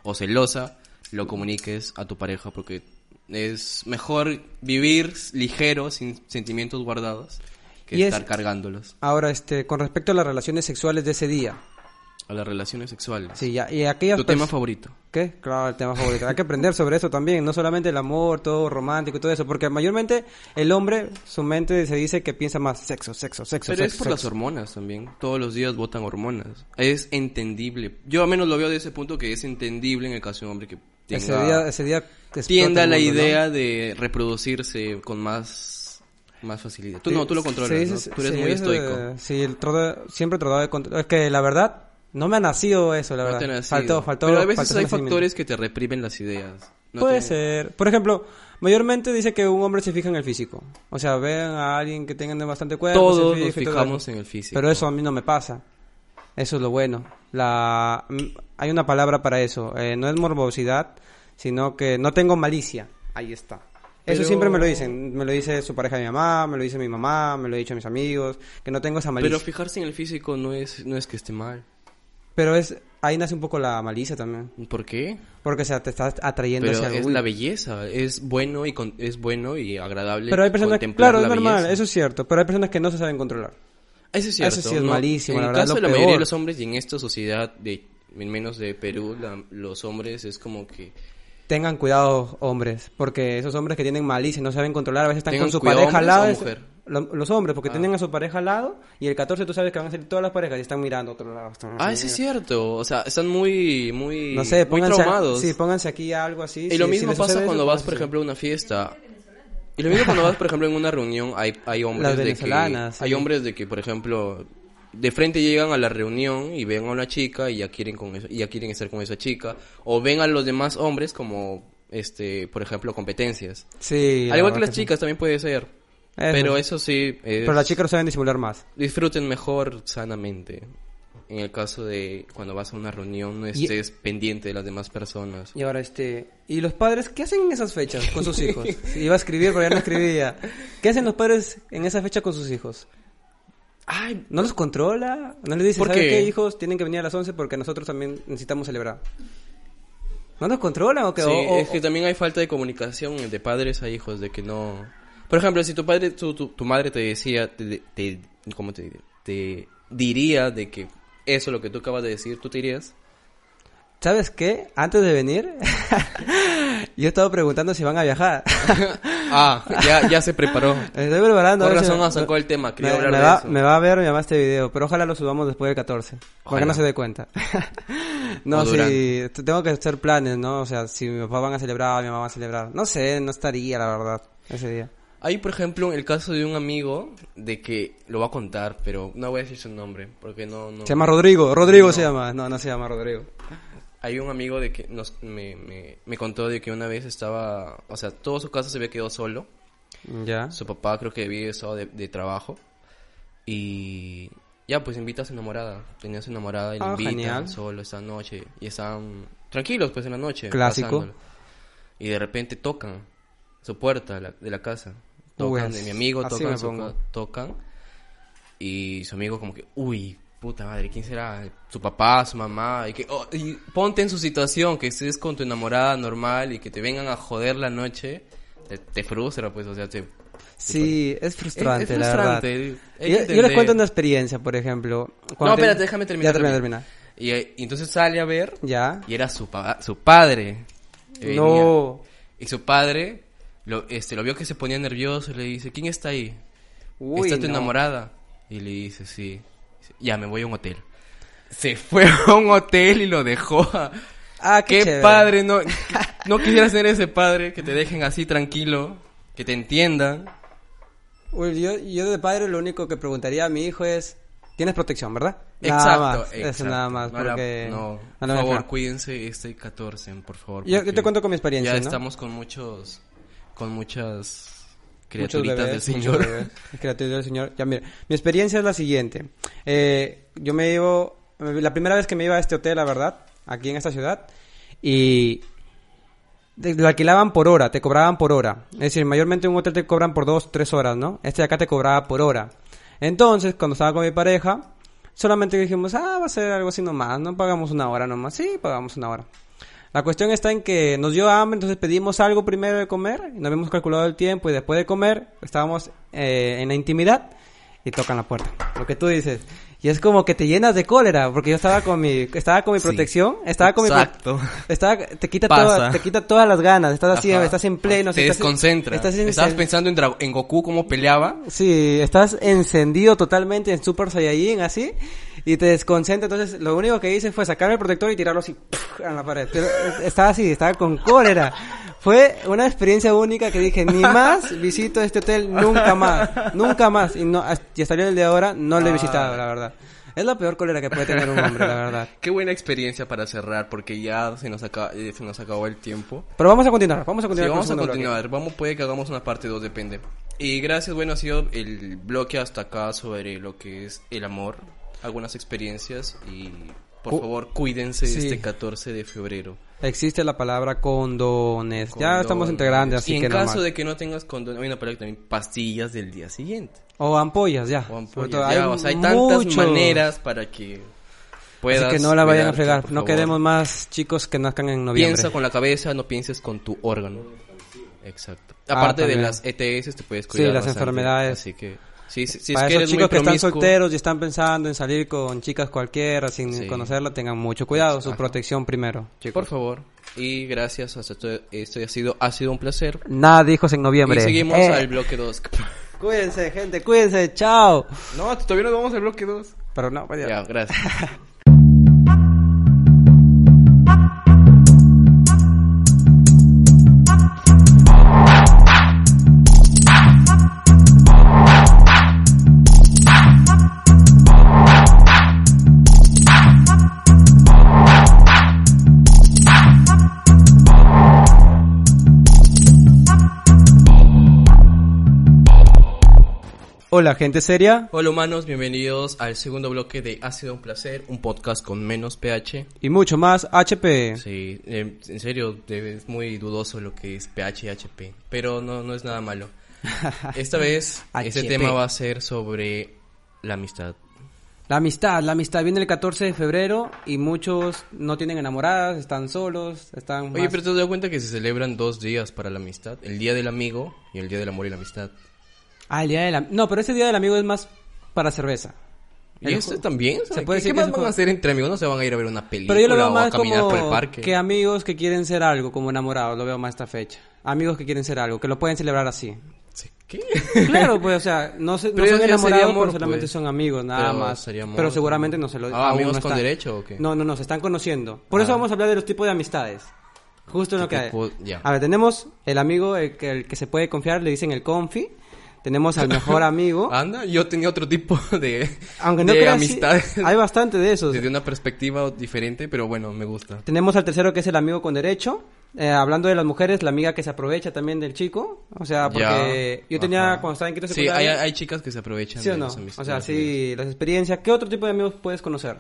o celosa, lo comuniques a tu pareja porque es mejor vivir ligero, sin sentimientos guardados, que
Y es-
estar cargándolos.
Ahora, este, con respecto a las relaciones sexuales de ese día.
A las relaciones sexuales.
Sí, ya. pues, Y aquellas
tu tema
pers-
favorito.
¿Qué? Claro, el tema favorito. Hay que aprender sobre eso también, no solamente el amor, todo romántico y todo eso, porque mayormente el hombre, su mente se dice que piensa más sexo, sexo, sexo,
Pero es
sexo,
por las
sexo.
hormonas también. Todos los días botan hormonas. Es entendible. Yo al menos lo veo de ese punto que es entendible en el caso de un hombre que tenga,
Ese día, ese día que explota
tienda
el
la
mundo, ¿no?
idea de reproducirse con más más facilidad. Tú no, tú lo controlas, ¿no?
sí,
Tú eres
sí,
muy
es,
estoico.
eh, Sí, el trato- siempre he tratado de controlar. Es que la verdad, no me ha nacido eso, la
No
verdad.
te nacido.
Faltó, faltó.
Pero a veces
faltó
hay
nacimiento.
factores que te reprimen las ideas. No
Puede
te-
ser. Por ejemplo, mayormente dice que un hombre se fija en el físico. O sea, ven a alguien que tenga bastante cuerpo.
Todos
se
nos
fija y todo
fijamos
eso.
en el físico.
Pero eso a mí no me pasa. Eso es lo bueno. La... m- Hay una palabra para eso. Eh, no es morbosidad, sino que no tengo malicia. Ahí está. Eso
Pero-
siempre me lo dicen. Me lo dice su pareja de mi mamá, me lo dice mi mamá, me lo he dicho a mis amigos, que no tengo esa malicia.
Pero
Pero,
fijarse en el físico no es, no es que esté mal.
es ahí nace un poco la malicia también.
¿Por qué?
Porque o sea, te estás atrayendo
Pero
hacia algo.
es la belleza, es bueno y con- es bueno y agradable.
Pero hay personas,
contemplar
claro, es
la
normal,
belleza.
eso es cierto, pero hay personas que no se saben controlar.
Eso es
Eso
cierto.
sí es malísimo,
En
la
el
verdad,
caso
lo
de la mayoría de
peor.
los hombres y en esta sociedad, de, en menos de Perú, la- los hombres es como que
Tengan cuidado, hombres, porque esos hombres que tienen malicia y no saben controlar, a veces están
Tengan
con su
cuidado,
pareja al
¿hombres
lado.
o
es-
mujer? Ah.
lo- los hombres, porque tienen a su pareja al lado y el 14 tú sabes que van a salir todas las parejas y están mirando a otro lado. están
Ah,
así,
eso es cierto. O sea, están muy, muy,
No sé,
muy
pónganse,
traumados.
sí, pónganse aquí algo así.
y
si-
lo
si
mismo
les
pasa
sucede
cuando
eso, pues
vas,
pónganse
por
así.
ejemplo, a una fiesta. Y lo mismo cuando vas, por ejemplo, en una reunión, hay, hay hombres
Las
de que...
venezolanas, sí.
Hay hombres de que, por ejemplo, de frente llegan a la reunión y ven a una chica y ya quieren, con eso- y ya quieren estar con esa chica. O ven a los demás hombres como, este, por ejemplo, competencias.
Sí, la
Al igual
verdad
que las
sí.
chicas también puede ser.
Eso
pero
sí.
eso sí, es-
Pero las chicas lo saben disimular más.
disfruten mejor sanamente. En el caso de cuando vas a una reunión, no
Y-
estés pendiente de las demás personas.
Y ahora este, ¿y los padres qué hacen en esas fechas con sus hijos? Iba a escribir, pero ya no escribía. ¿Qué hacen los padres en esa fecha con sus hijos?
Ay,
¿No los controla? ¿No les dice,
¿Por
¿saben
qué?
qué? hijos? Tienen que venir a las 11 porque nosotros también necesitamos celebrar. ¿No los controlan o qué?
sí,
O- o-
es que también hay falta de comunicación de padres a hijos, de que no... Por ejemplo, si tu padre, tu, tu, tu madre te decía, te, te- ¿cómo te diré? Te diría de que eso, lo que tú acabas de decir, tú te dirías.
¿Sabes qué? Antes de venir, yo estaba preguntando si van a viajar.
Ah, ya, ya se preparó.
Me estoy preparando. a
Con
ver si
razón
me-
nos sacó el tema,
Me,
quería hablar
me
de
va,
eso.
me va a ver mi mamá este video, pero ojalá lo subamos después del 14. Para
Ojalá.
que no se dé cuenta. no,
O
sí, t- tengo que hacer planes, ¿no? O sea, si mi papá van a celebrar, mi mamá va a celebrar. No sé, no estaría, la verdad, ese día.
Hay, por ejemplo, el caso de un amigo de que lo va a contar, pero no voy a decir su nombre, porque no... no...
Se llama Rodrigo, Rodrigo se llama. No, no se llama Rodrigo.
Hay un amigo de que nos, me, me, me contó de que una vez estaba, o sea, todo su casa se había quedado solo.
Ya.
Su papá creo que había estado de, de trabajo. Y ya, pues invita a su enamorada. Tenía a su enamorada y la
Ah,
invita
genial.
solo esta noche. Y están tranquilos, pues en la noche.
Clásico.
pasándola. Y de repente tocan su puerta la- de la casa. Tocan
Uy,
de mi amigo,
así
tocan,
me
su
pongo.
ca- tocan. Y su amigo, como que, uy. Puta madre, ¿quién será? Su papá, su mamá, y que oh, y ponte en su situación, que estés con tu enamorada normal y que te vengan a joder la noche, te, te frustra, pues, o sea, te,
Sí, es frustrante,
Es- es
la
frustrante,
verdad.
hay
Yo- Yo,
que
les
entender.
cuento una experiencia, por ejemplo. Cuando
no,
te-
espérate, déjame terminar.
Ya termina, termina.
Y, eh, y entonces sale a ver
Ya.
y era su, pa- su padre. que venía.
No.
Y su padre lo, este, lo vio que se ponía nervioso y le dice, ¿quién está ahí?
Uy,
¿Está tu
no.
enamorada? Y le dice, sí. Dice, ya, me voy a un hotel. Se fue a un hotel y lo dejó. a-
Ah, qué,
Qué
chévere.
padre, no, no quisiera ser ese padre que te dejen así tranquilo, que te entiendan.
Uy, yo, yo de padre lo único que preguntaría a mi hijo es, ¿tienes protección, verdad?
Exacto,
nada más, eso
exacto.
nada más,
No la-
porque...
no,
no
por
lo
favor,
mezclan.
cuídense este 14, por favor.
Yo- yo
porque
te cuento con mi experiencia,
Ya
¿no?
estamos con muchos, con muchas
Muchos
criaturitas
bebés,
del
muchos bebés,
señor.
criaturas del señor. Ya, mira, mi experiencia es la siguiente. Eh, yo me llevo... La primera vez que me iba a este hotel, la verdad, aquí en esta ciudad, y... te- Lo alquilaban por hora, te cobraban por hora. Es decir, mayormente en un hotel te cobran por dos, tres horas, ¿no? Este de acá te cobraba por hora. Entonces, cuando estaba con mi pareja, solamente dijimos, ah, va a ser algo así nomás, no pagamos una hora nomás. Sí, pagamos una hora. La cuestión está en que nos dio hambre, entonces pedimos algo primero de comer, y no habíamos calculado el tiempo y después de comer estábamos eh, en la intimidad y tocan la puerta. Lo que tú dices. Y es como que te llenas de cólera, porque yo estaba con mi, estaba con mi
Sí,
protección, estaba con mi pro-
exacto.
estaba- te quita
Pasa.
todas, te quita todas las ganas, estás así,
Ajá.
estás en pleno,
Te
estás-
desconcentra.
estás en-
Estabas pensando en, Dra- en Goku, cómo peleaba.
Sí, estás encendido totalmente en Super Saiyajin, así, y te desconcentra. Entonces, lo único que hice fue sacarme el protector y tirarlo así ¡puf! a la pared. Pero, eh, estaba así, estaba con cólera. Fue una experiencia única que dije, ni más visito este hotel, nunca más, nunca más. Y, no, hasta- y hasta el día de ahora no lo he
Ah.
visitado, la verdad. Es la peor cólera que puede tener un hombre, la verdad.
Qué buena experiencia para cerrar, porque ya se nos, acaba, eh, se nos acabó el tiempo.
Pero vamos a continuar, vamos a
Sí,
continuar. con el
vamos a
segundo bloque.
continuar. Vamos, puede que hagamos una parte 2, depende. Y gracias, bueno, ha sido el bloque hasta acá sobre lo que es el amor, algunas experiencias y por
Cu-
favor cuídense
Sí.
este 14 de febrero.
Existe la palabra condones. Ya
Condones.
estamos entre grandes,
Y
así
en
que no
caso
más.
de que no tengas condones, hay una palabra que también pastillas del día siguiente.
O ampollas, ya.
O
Sobre
ampollas.
todo,
Ya, o sea, hay, tantas
muchos.
maneras para que puedas.
Así que no la vayan a
cuidarte,
fregar.
por
No
favor.
queremos más chicos que nazcan en noviembre.
Piensa con la cabeza, no pienses con tu órgano. Exacto. Aparte de
Ah, también.
las ETS te puedes
Sí,
cuidar.
las
bastante.
enfermedades.
Así que si, si, si es
Para
que
esos
eres muy
chicos que están
promiscuo,
solteros y están pensando en salir con chicas cualquiera sin
Sí.
conocerla, tengan mucho cuidado. Su
Ajá.
protección primero.
por favor. Y gracias, hasta esto, esto ha sido ha sido un placer.
Nada hijos en noviembre.
Y seguimos
Eh,
al bloque 2.
Cuídense, gente, cuídense. Chao.
No, todavía no vamos al bloque 2.
Pero no, pues ya.
Ya, gracias.
Hola, gente seria
Hola humanos, bienvenidos al segundo bloque de Ha sido un placer, un podcast con menos pH.
y mucho más. HP.
Sí, eh, en serio, de- es muy dudoso lo que es PH y HP, pero no, no es nada malo. Esta vez, este
HP.
tema va a ser sobre la amistad.
La amistad, la amistad viene el 14 de febrero y muchos no tienen enamoradas, están solos, están.
Oye,
más-
pero te das cuenta que se celebran dos días para la amistad, el Día del Amigo y el Día del Amor y la Amistad.
Ah, el día del am- No, pero ese día del amigo es más para cerveza.
¿Y
El
esto
ju-
también? O sea,
Se puede
¿Qué,
decir
qué
que
más
es un
van a
juego.
hacer entre amigos? ¿No se van a ir a ver una película
Pero yo lo veo
o a
más
caminar
como
por el parque?
que amigos que quieren ser algo, como enamorados, lo veo más esta fecha. Amigos que quieren ser algo, que lo pueden celebrar así.
Sí, ¿Qué?
Claro, pues, o sea, no, se, no
Pero
son
ya sería
enamorados,
amor,
pero solamente
pues.
son amigos, nada
Pero
más.
sería amor,
pero seguramente
¿no?
no se lo
Ah,
aún
¿amigos
no
con
está.
derecho o qué?
No, no, no, se están conociendo. Por eso
Ah.
vamos a hablar de los tipos de amistades. Justo en lo
¿Qué
que...
tipo? Ya.
A ver, tenemos el amigo, el que, el que se puede confiar, le dicen el confi. Tenemos al mejor amigo.
Anda, yo tenía otro tipo de,
aunque no
Ah, de
creas, sí,
amistades.
hay bastante de esos.
Desde una perspectiva diferente, pero bueno, me gusta.
Tenemos al tercero que es el amigo con derecho. Eh, hablando de las mujeres, la amiga que se aprovecha también del chico. O sea, Ah, porque
Ya,
yo tenía
ajá.
cuando estaba en quinto
Sí, hay,
secundario-
hay chicas que se aprovechan
¿Sí o
de
no?
las amistades.
O sea, sí, las experiencias. ¿Qué otro tipo de amigos puedes conocer?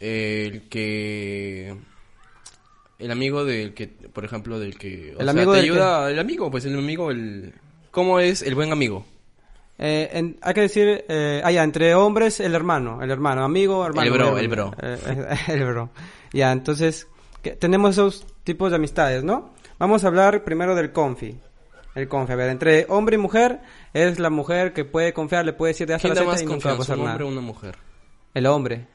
El que... El amigo del que, por ejemplo, del que... o
El
sea,
amigo
te
del
ayuda... El amigo, pues el amigo, el... ¿Cómo es el buen amigo?
Eh, en- hay que decir, eh, ah, ya, entre hombres, el hermano, el hermano, amigo, hermano.
El bro,
bueno,
el bro.
eh, eh, el bro. Ya, entonces, que- tenemos esos tipos de amistades, ¿no? Vamos a hablar primero del confi. El confi, a ver, entre hombre y mujer, es la mujer que puede confiar, le puede decir de hasta
¿Quién
la
da
Z
más
y nunca va a
confianza,
pasar
un hombre o
nada.
una mujer?
El hombre.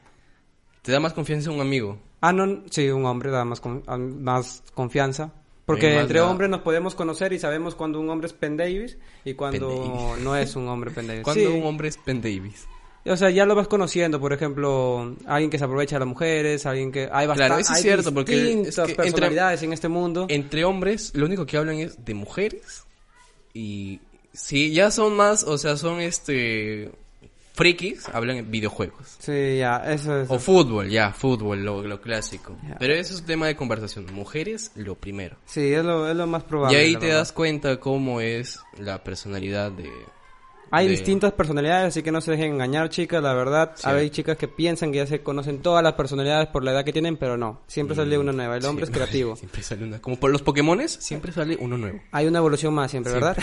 ¿Te da más confianza un amigo?
Ah, no, sí, un hombre da más, con- ah, más confianza. Porque
más
entre
da-
hombres nos podemos conocer y sabemos cuando un hombre es Penn Davis y cuando
Pendavis.
no es un hombre Penn Davis.
Cuando
Sí.
un hombre es Ben Davis.
O sea, ya lo vas conociendo, por ejemplo, alguien que se aprovecha de las mujeres, alguien que... Hay
Claro,
bastante
eso es cierto, porque es que entre-
personalidades en este mundo.
Entre hombres, lo único que hablan es de mujeres. Y sí, ya son más, o sea, son este. Frikis, hablan en videojuegos.
Sí, ya, eso es...
O fútbol, ya, fútbol, lo, lo clásico.
Ya.
Pero eso es tema de conversación. Mujeres, lo primero.
Sí, es lo, es lo más probable.
y ahí
la
te
verdad.
das cuenta cómo es la personalidad de.
Hay
de-
distintas personalidades, así que no se dejen engañar, chicas, la verdad. Hay chicas que piensan que ya se conocen todas las personalidades por la edad que tienen, pero no. Siempre
Mm,
sale una nueva. El hombre
siempre-
es creativo.
Siempre sale una. Como por los Pokémones, siempre sale uno nuevo.
Hay una evolución más siempre, ¿verdad?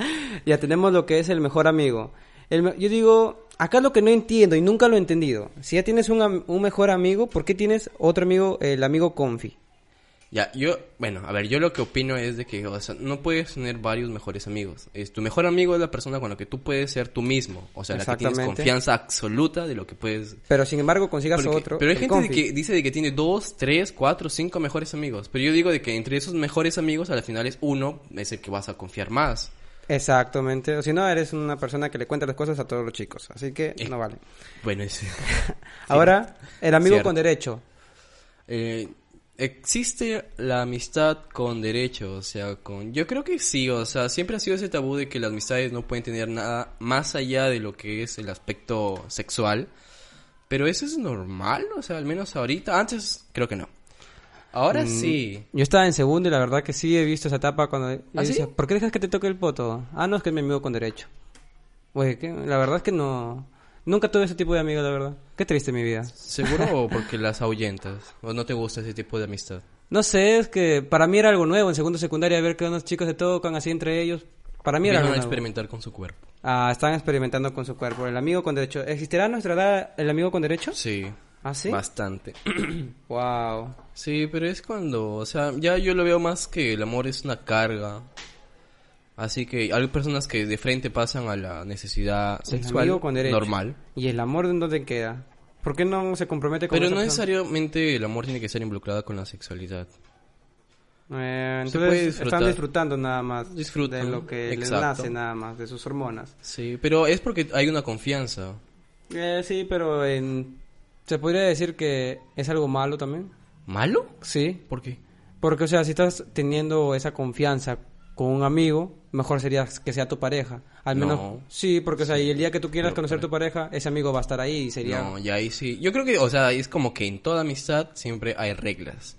ya tenemos lo que es el mejor amigo. El me- yo digo, acá lo que no entiendo y nunca lo he entendido. Si ya tienes un, am- un mejor amigo, ¿por qué tienes otro amigo, el amigo confi?
Ya, yo, bueno, a ver, yo lo que opino es de que, o sea, no puedes tener varios mejores amigos. Es, tu mejor amigo es la persona con la que tú puedes ser tú mismo. O sea, la que tienes
Exactamente.
confianza absoluta de lo que puedes...
Pero sin embargo consigas
Porque-
otro.
pero hay
el
gente de
confi.
que dice de que tiene dos, tres, cuatro, cinco mejores amigos. Pero yo digo de que entre esos mejores amigos, al final es uno, es el que vas a confiar más.
Exactamente. O si no, eres una persona que le cuenta las cosas a todos los chicos. Así que
Eh,
no vale.
Bueno, es...
Ahora, el amigo
Cierto.
con derecho.
eh, existe la amistad con derecho, o sea, con yo creo que sí, o sea, siempre ha sido ese tabú de que las amistades no pueden tener nada más allá de lo que es el aspecto sexual. Pero eso es normal, o sea, al menos ahorita, antes creo que no. Ahora
Mm,
sí.
Yo estaba en segundo y la verdad que sí he visto esa etapa cuando... yo
¿Ah, sí?
decía, ¿Por qué dejas que te toque el poto? Ah, no, es que es mi amigo con derecho. Güey, que- la verdad es que no... Nunca tuve ese tipo de amigos, la verdad. Qué triste mi vida.
Seguro o porque las ahuyentas o no te gusta ese tipo de amistad.
No sé, es que para mí era algo nuevo en segundo secundaria ver que unos chicos se tocan así entre ellos. Para mí era
Vienen
algo
a
nuevo.
experimentar con su cuerpo.
Ah, están experimentando con su cuerpo. El amigo con derecho. ¿Existirá a nuestra edad el amigo con derecho?
Sí.
¿Ah, sí?
Bastante.
Wow.
Sí, pero es cuando, o sea, ya yo lo veo más que el amor es una carga. Así que hay personas que de frente pasan a la necesidad sexual
amigo con derecho.
normal.
¿Y el amor en dónde queda? ¿Por qué no se compromete con
Pero
esa
no
persona?
necesariamente el amor tiene que estar involucrado con la sexualidad.
Eh,
Se puede
entonces
disfrutar.
están disfrutando nada más
Disfrutan,
de lo que les
exacto.
nace nada más, de sus hormonas.
Sí, pero es porque hay una confianza.
Eh, sí, pero en- se podría decir que es algo malo también.
¿Malo?
Sí,
¿Por qué?
porque o sea, si estás teniendo esa confianza con un amigo, mejor sería que sea tu pareja. Al
No.
menos sí, porque o sea, y el día que tú quieras
Pero
conocer tu pareja, ese amigo va a estar ahí y sería
No, ya ahí sí. Yo creo que, o sea, es como que en toda amistad siempre hay reglas.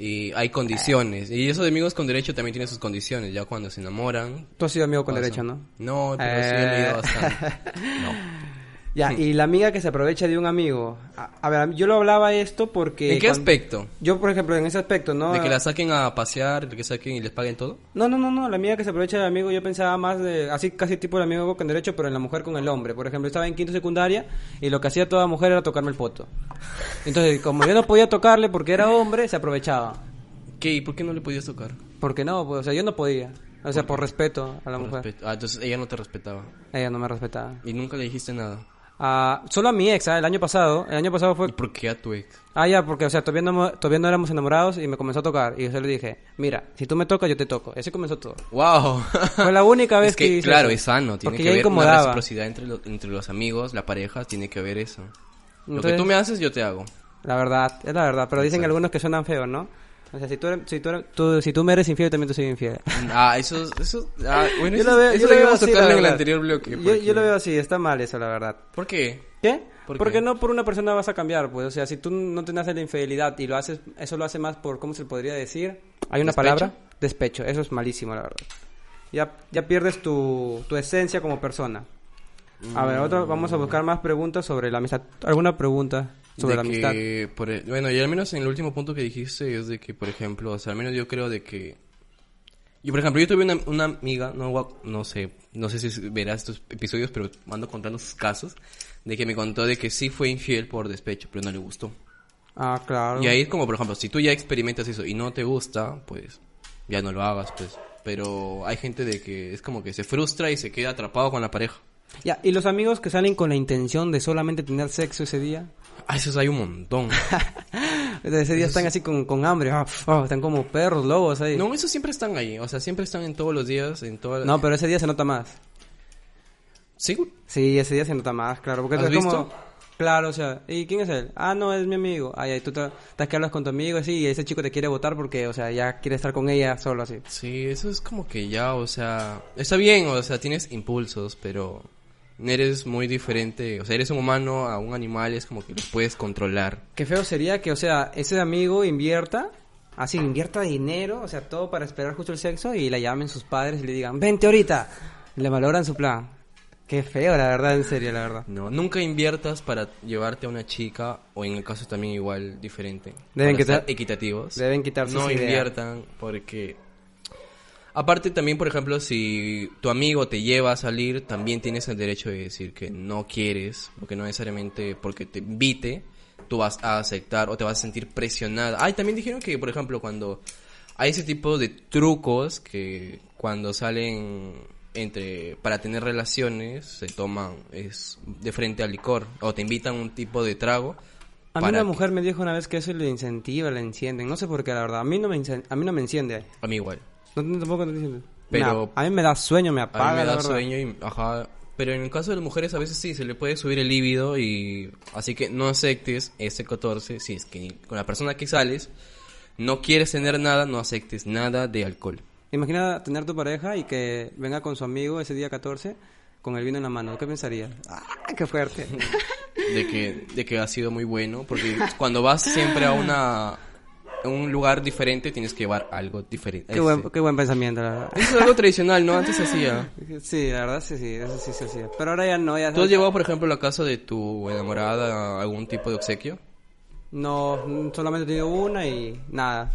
Y hay condiciones. Y eso de amigos con derecho también tiene sus condiciones. Ya cuando se enamoran.
Tú has sido amigo con
pasa.
derecho, ¿no?
No, pero sí he
Eh.
leído bastante. No.
Ya, y la amiga que se aprovecha de un amigo. A, a ver, yo lo hablaba esto porque...
¿En qué
Eh, cuando-
aspecto?
Yo, por ejemplo, en ese aspecto, ¿no? eh.
¿De que la saquen a pasear, de que saquen y les paguen todo?
No, no, no, no, la amiga que se aprovecha del amigo, yo pensaba más de, así casi tipo el amigo con derecho, pero en la mujer con el hombre. Por ejemplo, yo estaba en quinto secundaria y lo que hacía toda mujer era tocarme el poto. Entonces, como yo no podía tocarle porque era hombre, se aprovechaba.
¿Qué? ¿Y por qué no le podías tocar?
Porque no, pues, o sea, yo no podía. O sea, por respeto a la mujer.
Respeto. Ah, entonces ella no te respetaba.
Ella no me respetaba.
Y nunca le dijiste nada.
Ah, solo a mi ex, ah, el año pasado. El año pasado fue
¿Y por qué a tu ex?
Ah, ya, porque, o sea, todavía no, mo- todavía no éramos enamorados y me comenzó a tocar. Y yo se le dije, mira, si tú me tocas, yo te toco. Así comenzó todo.
¡Wow!
Fue la única vez
es
que
que,
hice
claro,
eso.
es sano. Tiene
Porque
que
ya
haber una
incomodaba.
reciprocidad entre, lo- entre los amigos, la pareja, tiene que haber eso. Lo que
Entonces-
tú me haces, yo te hago.
La verdad, es la verdad. Pero dicen algunos que suenan feos, ¿no? O sea, si tú, eres- si tú, eres- tú- si tú me eres infiel, yo también te soy infiel.
Ah, eso... eso ah, bueno,
Yo
eso,
lo veo-
eso
yo lo veo
debíamos
así, la
tocarlo en el
verdad.
anterior bloque.
Yo,
porque-
yo lo veo así, está mal eso, la verdad.
¿Por qué?
¿Qué?
¿Por qué?
Porque no por una persona vas a cambiar, pues. O sea, si tú no te nace la infidelidad y lo haces, eso lo hace más por, ¿cómo se podría decir? Hay una
¿Despecho?
palabra, despecho. Eso es malísimo, la verdad. Ya, ya pierdes tu, tu esencia como persona. A ver, otra, vamos a buscar más preguntas sobre la amistad. ¿Alguna pregunta sobre
Mm. de
la amistad?
que, por e- bueno, y al menos en el último punto que dijiste es de que, por ejemplo, o sea, al menos yo creo de que... Yo, por ejemplo, yo tuve una, una amiga, no, gua- no sé, no sé si verás estos episodios, pero ando contando sus casos, de que me contó de que sí fue infiel por despecho, pero no le gustó.
Ah, claro.
Y ahí es como, por ejemplo, si tú ya experimentas eso y no te gusta, pues ya no lo hagas, pues. Pero hay gente de que es como que se frustra y se queda atrapado con la pareja.
Ya, ¿y los amigos que salen con la intención de solamente tener sexo ese día?
Ah, esos hay un montón.
Ese día están así con, con hambre, ah, ah, están como perros, lobos ahí.
No, esos siempre están ahí. O sea, siempre están en todos los días, en todas las...
No, pero ese día se nota más.
¿Seguro?
Sí, ese día se nota más, claro. Porque
¿Has
es como...
visto?
Claro, o sea, ¿y quién es él? Ah, no, es mi amigo. Ay, ay, tú te- estás que hablas con tu amigo así y ese chico te quiere votar porque, o sea, ya quiere estar con ella solo así.
Sí, eso es como que ya, o sea... Está bien, o sea, tienes impulsos, pero... Eres muy diferente. O sea, eres un humano a un animal, es como que lo puedes controlar.
Qué feo sería que, o sea, ese amigo invierta, así, invierta dinero, o sea, todo para esperar justo el sexo y la llamen sus padres y le digan, vente ahorita. Le valoran su plan. Qué feo, la verdad, en serio, la verdad.
No, nunca inviertas para llevarte a una chica o en el caso también igual diferente.
Deben
Para
quitar-
estar equitativos.
deben quitarse
No
esa idea.
inviertan porque aparte también, por ejemplo, si tu amigo te lleva a salir, también tienes el derecho de decir que no quieres, porque no necesariamente porque te invite tú vas a aceptar o te vas a sentir presionada. Ay, también dijeron que, por ejemplo, cuando hay ese tipo de trucos que cuando salen entre para tener relaciones se toman es de frente al licor o te invitan un tipo de trago.
A mí
para
una
que-
mujer me dijo una vez que eso le incentiva, le encienden. No sé por qué, la verdad. A mí no me, encen- a mí no me enciende.
a mí igual.
No, no, tampoco te enciende.
Pero-
Me a- a mí me da sueño, me
A
apaga,
mí me
la
da
verdad.
sueño y ajá, pero en el caso de las mujeres a veces sí se le puede subir el líbido y así que no aceptes ese 14 si es que con la persona que sales No quieres tener nada, no aceptes nada de alcohol.
Imagina tener tu pareja y que venga con su amigo ese día 14 con el vino en la mano. ¿Qué pensarías? ¡Ah, qué fuerte!
De que, de que ha sido muy bueno, porque cuando vas siempre a una a un lugar diferente tienes que llevar algo diferente.
qué, buen, qué buen pensamiento, la verdad.
Eso es algo tradicional, ¿no? Antes se hacía.
Sí, la verdad sí, sí, eso sí se hacía. Pero ahora ya no, ya
¿Tú has llevado, por ejemplo, a la casa de tu enamorada a algún tipo de obsequio?
No, mm, solamente he tenido una y nada.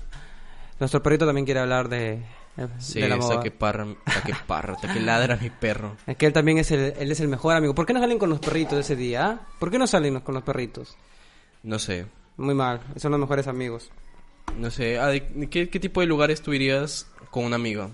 Nuestro perrito también quiere hablar de, eh, de
Sí,
la moda.
hasta que parra, hasta que parra, hasta que ladra mi perro.
Es que él también es el, él es el mejor amigo. ¿Por qué no salen con los perritos ese día? ah? ¿Por qué no salen con los perritos?
No sé.
Muy mal, son los mejores amigos.
No sé. Ah, ¿de- de ¿qué, qué tipo de lugares tú irías con una amiga?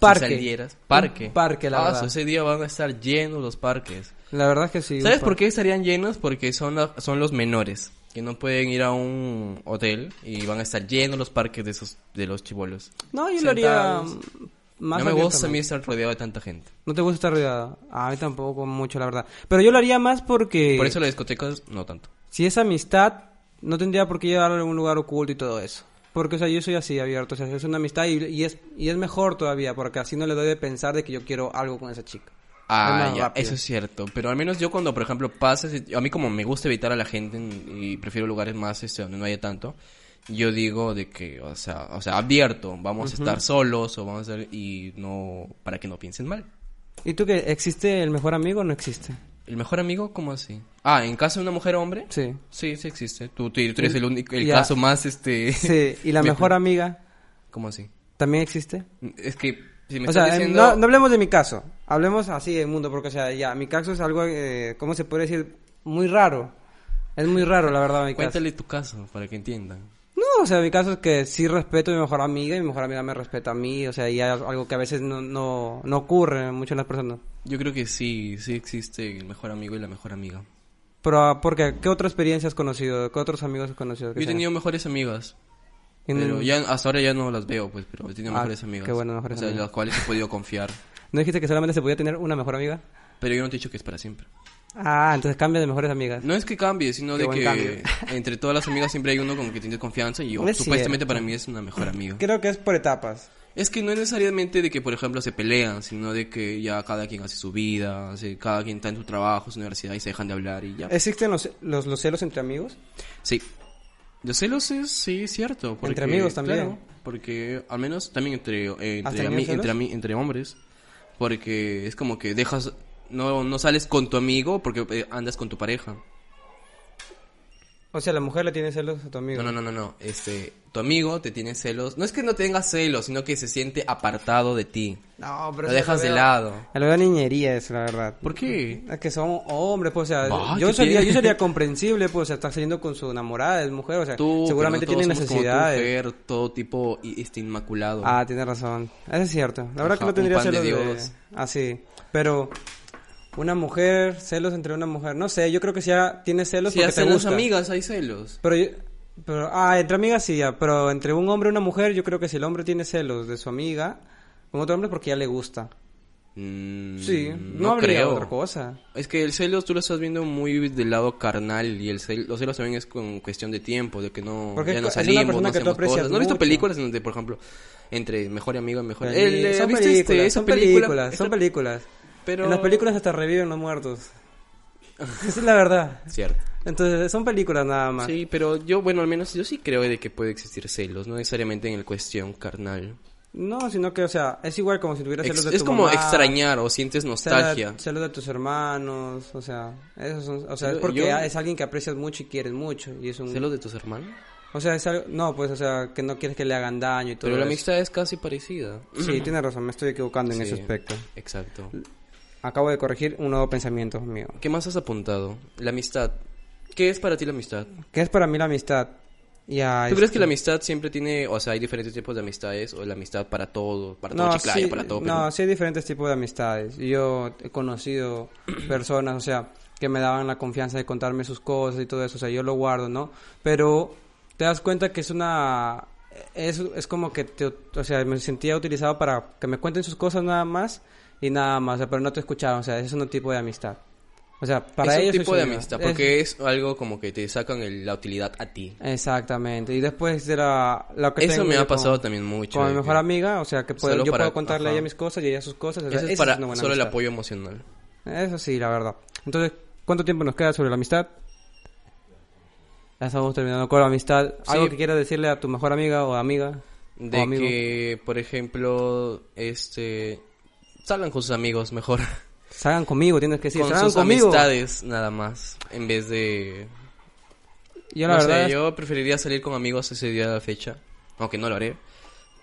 Parque.
Si salieras. Parque.
Un parque, la
Ah,
verdad.
Ese día van a estar llenos los parques.
La verdad es que sí.
¿Sabes
un
por
par-
qué estarían llenos? Porque son, la- son los menores. Que no pueden ir a un hotel y van a estar llenos los parques de esos de los chibolos.
No, yo lo haría
Sentados.
mm, más
no me gusta a
abiertamente.
mí estar rodeado de tanta gente.
No te gusta estar rodeado. A mí tampoco mucho, la verdad. Pero yo lo haría más porque...
Por eso las discotecas no tanto.
Si es amistad, no tendría por qué llevarlo a algún lugar oculto y todo eso. Porque, o sea, yo soy así abierto. O sea, es una amistad y, y es, y es mejor todavía, porque así no le doy de pensar de que yo quiero algo con esa chica.
Ah,
más
ya,
rápido.
eso es cierto. Pero al menos yo cuando, por ejemplo, pasas, y- a mí como me gusta evitar a la gente y prefiero lugares más este, donde no haya tanto, yo digo de que, o sea, o sea abierto, vamos a estar solos o vamos a estar- y no, para que no piensen mal.
¿Y tú que ¿Existe el mejor amigo o no existe?
¿El mejor amigo? ¿Cómo así? Ah, ¿en caso de una mujer o hombre?
Sí. Mm,
Sí, sí existe. Tú, tú eres el único, el
Ya.
caso más, este...
Sí, y la mejor amiga
¿Cómo así?
también existe.
Es que, si me
O
estás
sea, eh,
diciendo...
no, no hablemos de mi caso. Hablemos así del mundo, porque, o sea, ya, mi caso es algo, eh, ¿cómo se puede decir? Muy raro. Es muy raro, la verdad, mi caso.
Cuéntale tu caso para que entiendan.
No, o sea, mi caso es que sí respeto a mi mejor amiga y mi mejor amiga me respeta a mí, o sea, y hay algo que a veces no, no, no ocurre mucho en las personas.
Yo creo que sí, sí existe el mejor amigo y la mejor amiga.
Pero, ah, ¿por qué? ¿Qué otra experiencia has conocido? ¿Qué otros amigos has conocido? que
Yo he
sean?
tenido mejores amigas,
En-
pero ya hasta ahora ya no las veo, pues, pero he tenido
Ah,
mejores amigas.
qué bueno, mejores
o sea,
amigas.
las cuales he podido confiar,
¿No dijiste que solamente se podía tener una mejor amiga?
pero yo no te he dicho que es para siempre.
Ah, entonces cambia de mejores amigas.
No es que cambie, sino
Qué
de
buen
que
cambio.
entre todas las amigas siempre hay uno con que tienes confianza y yo,
No es
supuestamente
cierto.
para mí es una mejor amiga.
Creo que es por etapas.
Es que no es necesariamente de que, por ejemplo, se pelean, sino de que ya cada quien hace su vida, hace- cada quien está en su trabajo, su universidad y se dejan de hablar y ya.
¿Existen los, los, los celos entre amigos?
Sí. Los celos es, sí, es cierto. Porque,
Entre amigos también.
claro, porque al menos también entre, eh,
¿Has
entre,
tenido
ami-
celos?
entre, ami- entre hombres. Porque es como que dejas, no, no sales con tu amigo porque eh, andas con tu pareja.
O sea, la mujer le tiene celos a tu amigo.
No, no, no, no, no. Este, tu amigo te tiene celos. No es que no tenga celos, sino que se siente apartado de ti.
No, pero
Lo
eso
dejas de
veo-
lado.
Lo veo niñería eso, la verdad.
¿Por qué?
Es que son hombres, pues, o sea,
Bah,
yo
¿qué
sería,
tiene?
yo sería comprensible, pues, o sea, está saliendo con su enamorada, es mujer, o sea,
Tú,
seguramente
pero no
tiene
todos somos como tú,
necesidades.
Fer, todo tipo y- este inmaculado.
Ah, tiene razón. Eso es cierto. La verdad
Ajá,
que no
un
tendría
pan de
celos de
Dios.
Así. Pero una mujer, celos entre una mujer, no sé, yo creo que si ya tiene celos
si
porque te
hacen las
gusta.
amigas, hay celos.
Pero yo- pero ah, entre amigas sí, ya, pero entre un hombre y una mujer, yo creo que si el hombre tiene celos de su amiga con otro hombre porque ya le gusta.
Mm,
Sí, no, habría
creo.
otra cosa.
Es que el celos tú lo estás viendo muy del lado carnal y el cel- los celos también es con cuestión de tiempo, de que no,
Porque
ya no
es una
salimos, no
persona que tú
hacemos
aprecias
cosas. ¿No has visto
mucho.
películas en donde, por ejemplo, entre mejor amigo y mejor...
Peli-
El, eh,
son,
¿viste este-
películas,
esa
son
película?
películas, son
Esa-
películas.
Pero-
En las películas hasta reviven los muertos. Esa es la verdad.
Cierto.
Entonces, son películas nada más.
Sí, pero yo, bueno, al menos yo sí creo de que puede existir celos, no necesariamente en el cuestión carnal.
No, sino que, o sea, es igual como si tuvieras
Ex-
celos de
es
tu
como
mamá,
extrañar o sientes
celos de-
nostalgia.
Celos de tus hermanos, o sea, esos son- o sea, es
Yo-
porque
yo-
es alguien que aprecias mucho y quieres mucho. Y es un,
¿Celos de tus hermanos?
o sea, es algo, no, pues, o sea, que no quieres que le hagan daño y todo
Pero la
eso.
amistad es casi parecida.
Sí, tienes razón, me estoy equivocando en ese
Sí,
aspecto.
Exacto.
Acabo de corregir un nuevo pensamiento mío.
¿Qué más has apuntado? La amistad. ¿Qué es para ti la amistad?
¿Qué es para mí la amistad? Ya,
¿Tú crees
este-
que la amistad siempre tiene, o sea, hay diferentes tipos de amistades, o la amistad para todo, para todo Chiclayo, para todo Perú?
No, sí hay diferentes tipos de amistades. Yo he conocido personas, o sea, que me daban la confianza de contarme sus cosas y todo eso, o sea, yo lo guardo, ¿no? Pero te das cuenta que es una... Es, es como que, te- o sea, me sentía utilizado para que me cuenten sus cosas nada más y nada más, o sea, pero no te escuchaban, o sea, es un tipo de amistad. O sea, para
es un
ellos
tipo de
una-
amistad,
es-
porque es... algo como que te sacan el- la utilidad a ti.
Exactamente. Y después de la, lo que
Eso
Pues tengo
me
yo
ha
con-
pasado también mucho.
Con
de
mi mejor
que-
amiga, o sea, que puedo-
Solo
yo
para-
puedo contarle a
ajá.
ella mis cosas y ella sus cosas. o sea,
Eso es
esa
para
una buena
solo el
amistad.
apoyo emocional.
Eso sí, la verdad. Entonces, ¿cuánto tiempo nos queda sobre la amistad? Ya estamos terminando con la amistad. ¿Algo
Sí.
que quieras decirle a tu mejor amiga o amiga?
De
o amigo?
que, por ejemplo, este... Salgan con sus amigos mejor.
Salgan conmigo, tienes que decir.
con
salgan
sus
conmigo.
amistades nada más. En vez de...
Yo la
no sé,
verdad. es-
yo preferiría salir con amigos ese día de la fecha. Aunque no lo haré.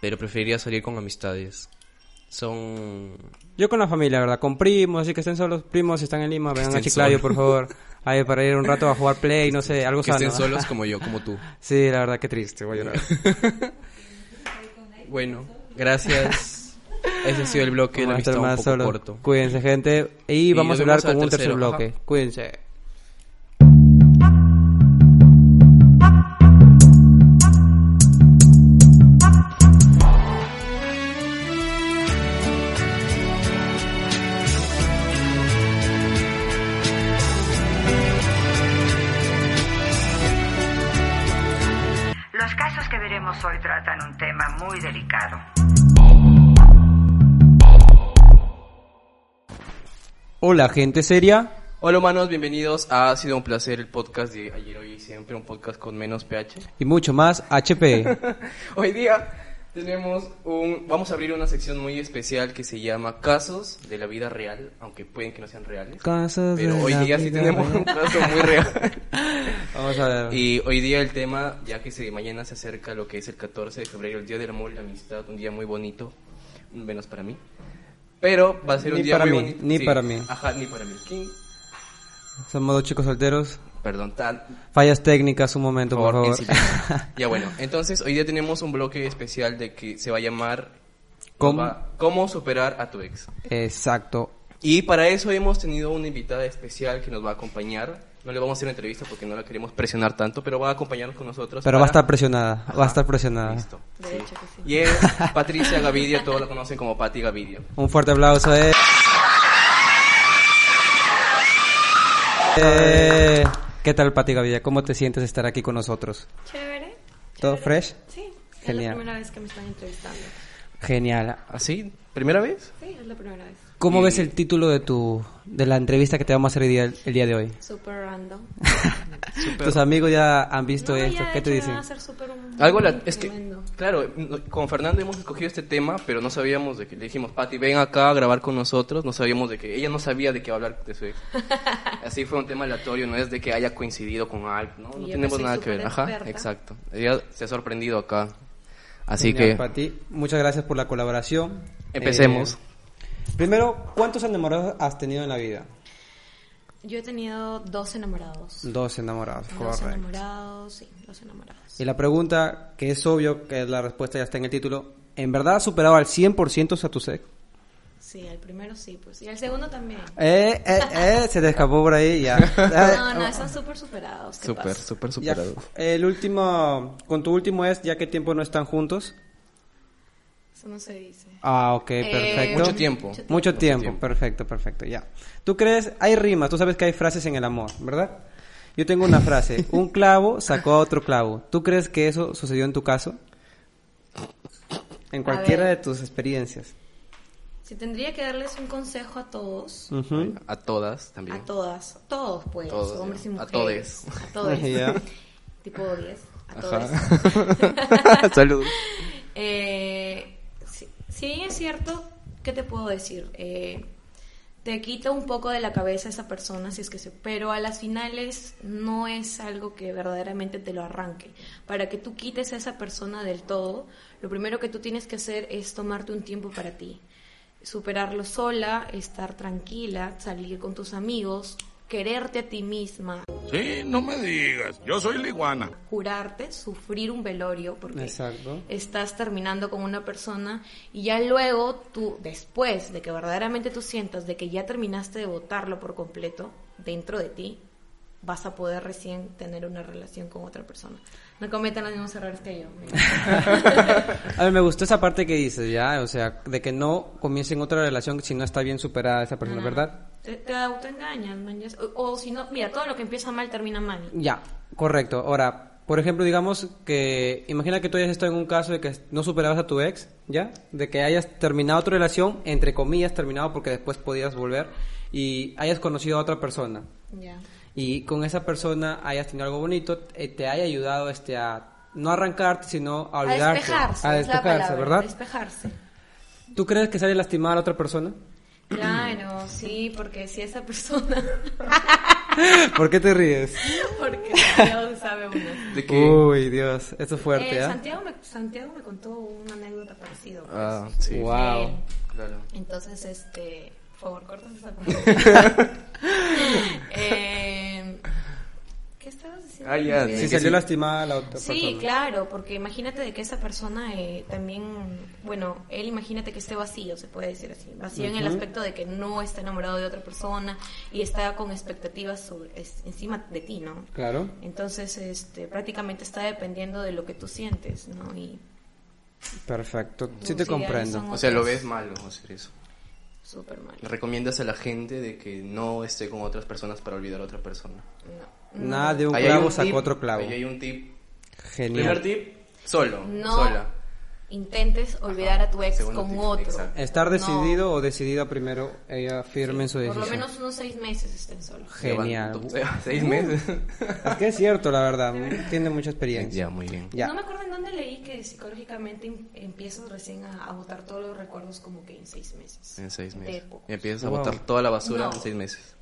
Pero preferiría salir con amistades. Son...
Yo con la familia, ¿verdad? Con primos, así que estén solos. Primos, si están en Lima, vengan a
estén
Chiclayo,
solos.
por favor. Ahí para ir un rato a jugar play, no sé, algo
que
sano.
estén solos como yo, como tú.
Sí, la verdad, qué triste, voy a llorar.
Bueno, gracias. Ese ha sido el bloque de la
Vamos a estar
amistad un
más
poco
solos.
corto.
Cuídense, gente. Y,
Y
vamos
nos
a hablar
vemos al
con un tercer
tercero, ajá.
bloque. Cuídense.
Los casos que veremos hoy tratan un tema muy delicado.
Hola, gente seria.
Hola humanos, bienvenidos a Ha sido un placer el podcast de ayer, hoy y siempre, un podcast con menos pH.
Y mucho más HP.
Hoy día tenemos un... vamos a abrir una sección muy especial que se llama Casos de la vida real, aunque pueden que no sean reales.
Casos de
Pero hoy
la
día sí
vida
tenemos un
real.
caso muy real.
Vamos a ver.
Y hoy día el tema, ya que se, mañana se acerca lo que es el 14 de febrero, el Día del Amor y la Amistad, un día muy bonito, menos para mí. Pero va a ser un
Ni
día
para
muy
mí,
bonito.
ni para mí.
Ajá, ni para mí. ¿Quién?
Somos dos chicos solteros.
Perdón, tan,
Fallas técnicas, un momento, por favor.
en silencio. ya bueno, entonces hoy día tenemos un bloque especial de que se va a llamar
¿Cómo?
va- ¿Cómo superar a tu ex?
Exacto.
Y para eso hemos tenido una invitada especial que nos va a acompañar. No le vamos a hacer entrevista porque no la queremos presionar tanto, pero va a acompañarnos con nosotros.
Pero va a
para-
estar presionada. Va a estar presionada.
Listo.
De
Sí.
hecho que sí.
Y es Patricia Gavidia, todos la conocen como Patti Gavidia.
Un fuerte aplauso. eh. Eh, ¿Qué tal, Pati Gavilla? ¿Cómo te sientes estar aquí con nosotros?
Chévere.
¿Todo
chévere.
fresh?
Sí. Es
Genial.
la primera vez que me están entrevistando.
Genial.
¿Así? ¿Ah, ¿Primera vez?
Sí, es la primera vez.
¿Cómo
Y-
ves el título de tu de la entrevista que te vamos a hacer el día, el día de hoy?
Súper random.
Tus amigos ya han visto
No,
esto,
ya,
¿qué te
ya
dicen?
Va a ser súper un-
Algo la- es que,
tremendo.
claro, no- con Fernando hemos escogido este tema, pero no sabíamos de que le dijimos, Pati, ven acá a grabar con nosotros, no sabíamos de que ella no sabía de qué hablar de su ex. Así fue un tema aleatorio, no es de que haya coincidido con algo, no,
Y
no
yo que
tenemos
soy
nada que ver.
súper
Ajá,
experta.
exacto. Ella se ha sorprendido acá. Así
Genial,
que
Pati, muchas gracias por la colaboración.
empecemos.
Eh, primero, ¿cuántos enamorados has tenido en la vida?
Yo he tenido dos
Mm,
enamorados.
Dos enamorados,
Dos
correcto.
enamorados, sí, dos enamorados.
Y la pregunta, que es obvio que la respuesta ya está en el título, ¿en verdad has superado al 100% a tu ex?
Sí, el primero sí, pues. Y el segundo también.
Eh, eh, eh, se te escapó por ahí ya. Eh,
No,
ah,
no, están súper superados. ¿qué
Súper,
pasa?
súper
Ya,
superado.
el último, con tu último es, ya que tiempo no están juntos.
Eso no se dice.
Ah, ok,
Eh,
perfecto.
Mucho tiempo.
mucho tiempo.
Mucho tiempo,
tiempo.
perfecto, perfecto, ya. Tú crees, hay rimas, tú sabes que hay frases en el amor, ¿verdad? Yo tengo una frase, un clavo sacó a otro clavo. ¿Tú crees que eso sucedió en tu caso? En
A
cualquiera de
ver.
tus experiencias.
Si tendría que darles un consejo a todos,
Ujú.
A todas también.
a todas, todos pues,
Mm. Todos,
hombres
ya.
y
A
mujeres.
todes.
A todos.
Ya.
tipo 10. A
Ajá.
todos.
Saludos.
Eh, si, si bien es cierto, ¿qué te puedo decir? Eh, te quita un poco de la cabeza esa persona, si es que se, pero a las finales no es algo que verdaderamente te lo arranque. Para que tú quites a esa persona del todo, lo primero que tú tienes que hacer es tomarte un tiempo para ti, superarlo sola, estar tranquila, salir con tus amigos, quererte a ti misma,
Sí, no me digas. Yo soy la iguana.
curarte, sufrir un velorio, porque
Exacto.
estás terminando con una persona y ya luego tú, después de que verdaderamente tú sientas de que ya terminaste de votarlo por completo dentro de ti, vas a poder recién tener una relación con otra persona. No cometan los mismos errores que yo.
A ver, me gustó esa parte que dices, ya, o sea, de que no comiencen otra relación si no está bien superada esa persona, ¿verdad?
Te, te autoengañas, man. ya es- O, o si no, mira, todo lo que empieza mal termina mal.
Ya, correcto. Ahora, por ejemplo, digamos que, imagina que tú hayas estado en un caso de que no superabas a tu ex, ¿ya? De que hayas terminado tu relación, entre comillas, terminado porque después podías volver, y hayas conocido a otra persona.
Ya.
y con esa persona hayas tenido algo bonito, eh, te haya ayudado este a no arrancarte, sino a
A
olvidarte.
despejarse.
a
es la
despejarse,
palabra,
¿verdad?
Despejarse.
¿Tú crees que sale lastimada a la otra persona?
Claro, sí, porque si esa persona.
¿Por qué te ríes?
porque Dios sabe uno.
¿De qué?
Uy, Dios, esto es fuerte,
Eh,
¿ah?
Santiago, me, Santiago me contó una anécdota parecida. pues.
Ah, sí.
Wow.
Eh,
Claro.
Entonces, este, por favor, cortas esa parte. Eh, ¿Qué estabas diciendo?
Ah, ya,
Sí,
Si
que
salió
sí.
lastimada la otra persona.
Sí, claro, porque imagínate de que esa persona eh, también, bueno, él imagínate que esté vacío, se puede decir así, vacío en el
Ujú.
aspecto de que no está enamorado de otra persona y está con expectativas sobre, es- encima de ti, ¿no?
Claro.
Entonces, este, prácticamente está dependiendo de lo que tú sientes, ¿no? Y
Perfecto. Sí
Sí,
te
ahí
comprendo.
son-
O sea, lo ves malo hacer eso.
súper mal.
¿Le recomiendas a la gente de que no esté con otras personas para olvidar a otra persona?
No.
Nada de un
Ahí hay
clavo
un
sacó
tip,
otro clavo.
Ahí hay un tip. Primer
Genial.
tip, solo,
No
sola.
intentes olvidar
Ajá,
a tu ex
segundo
con
tip,
otro.
exacto.
Estar
No.
decidido o decidida primero, ella firme en su
Por lo
decisión.
menos unos seis meses estén solos.
Genial.
Llevan, o sea, seis meses.
Es que es cierto, la verdad. Tiene mucha experiencia.
ya, muy bien.
Ya.
Pues No me acuerdo en dónde leí que psicológicamente im- empiezas recién a, a botar todos los recuerdos como que en seis meses.
En seis
De
meses.
po-
Y empiezas a
Wow.
botar toda la basura
No.
en seis meses.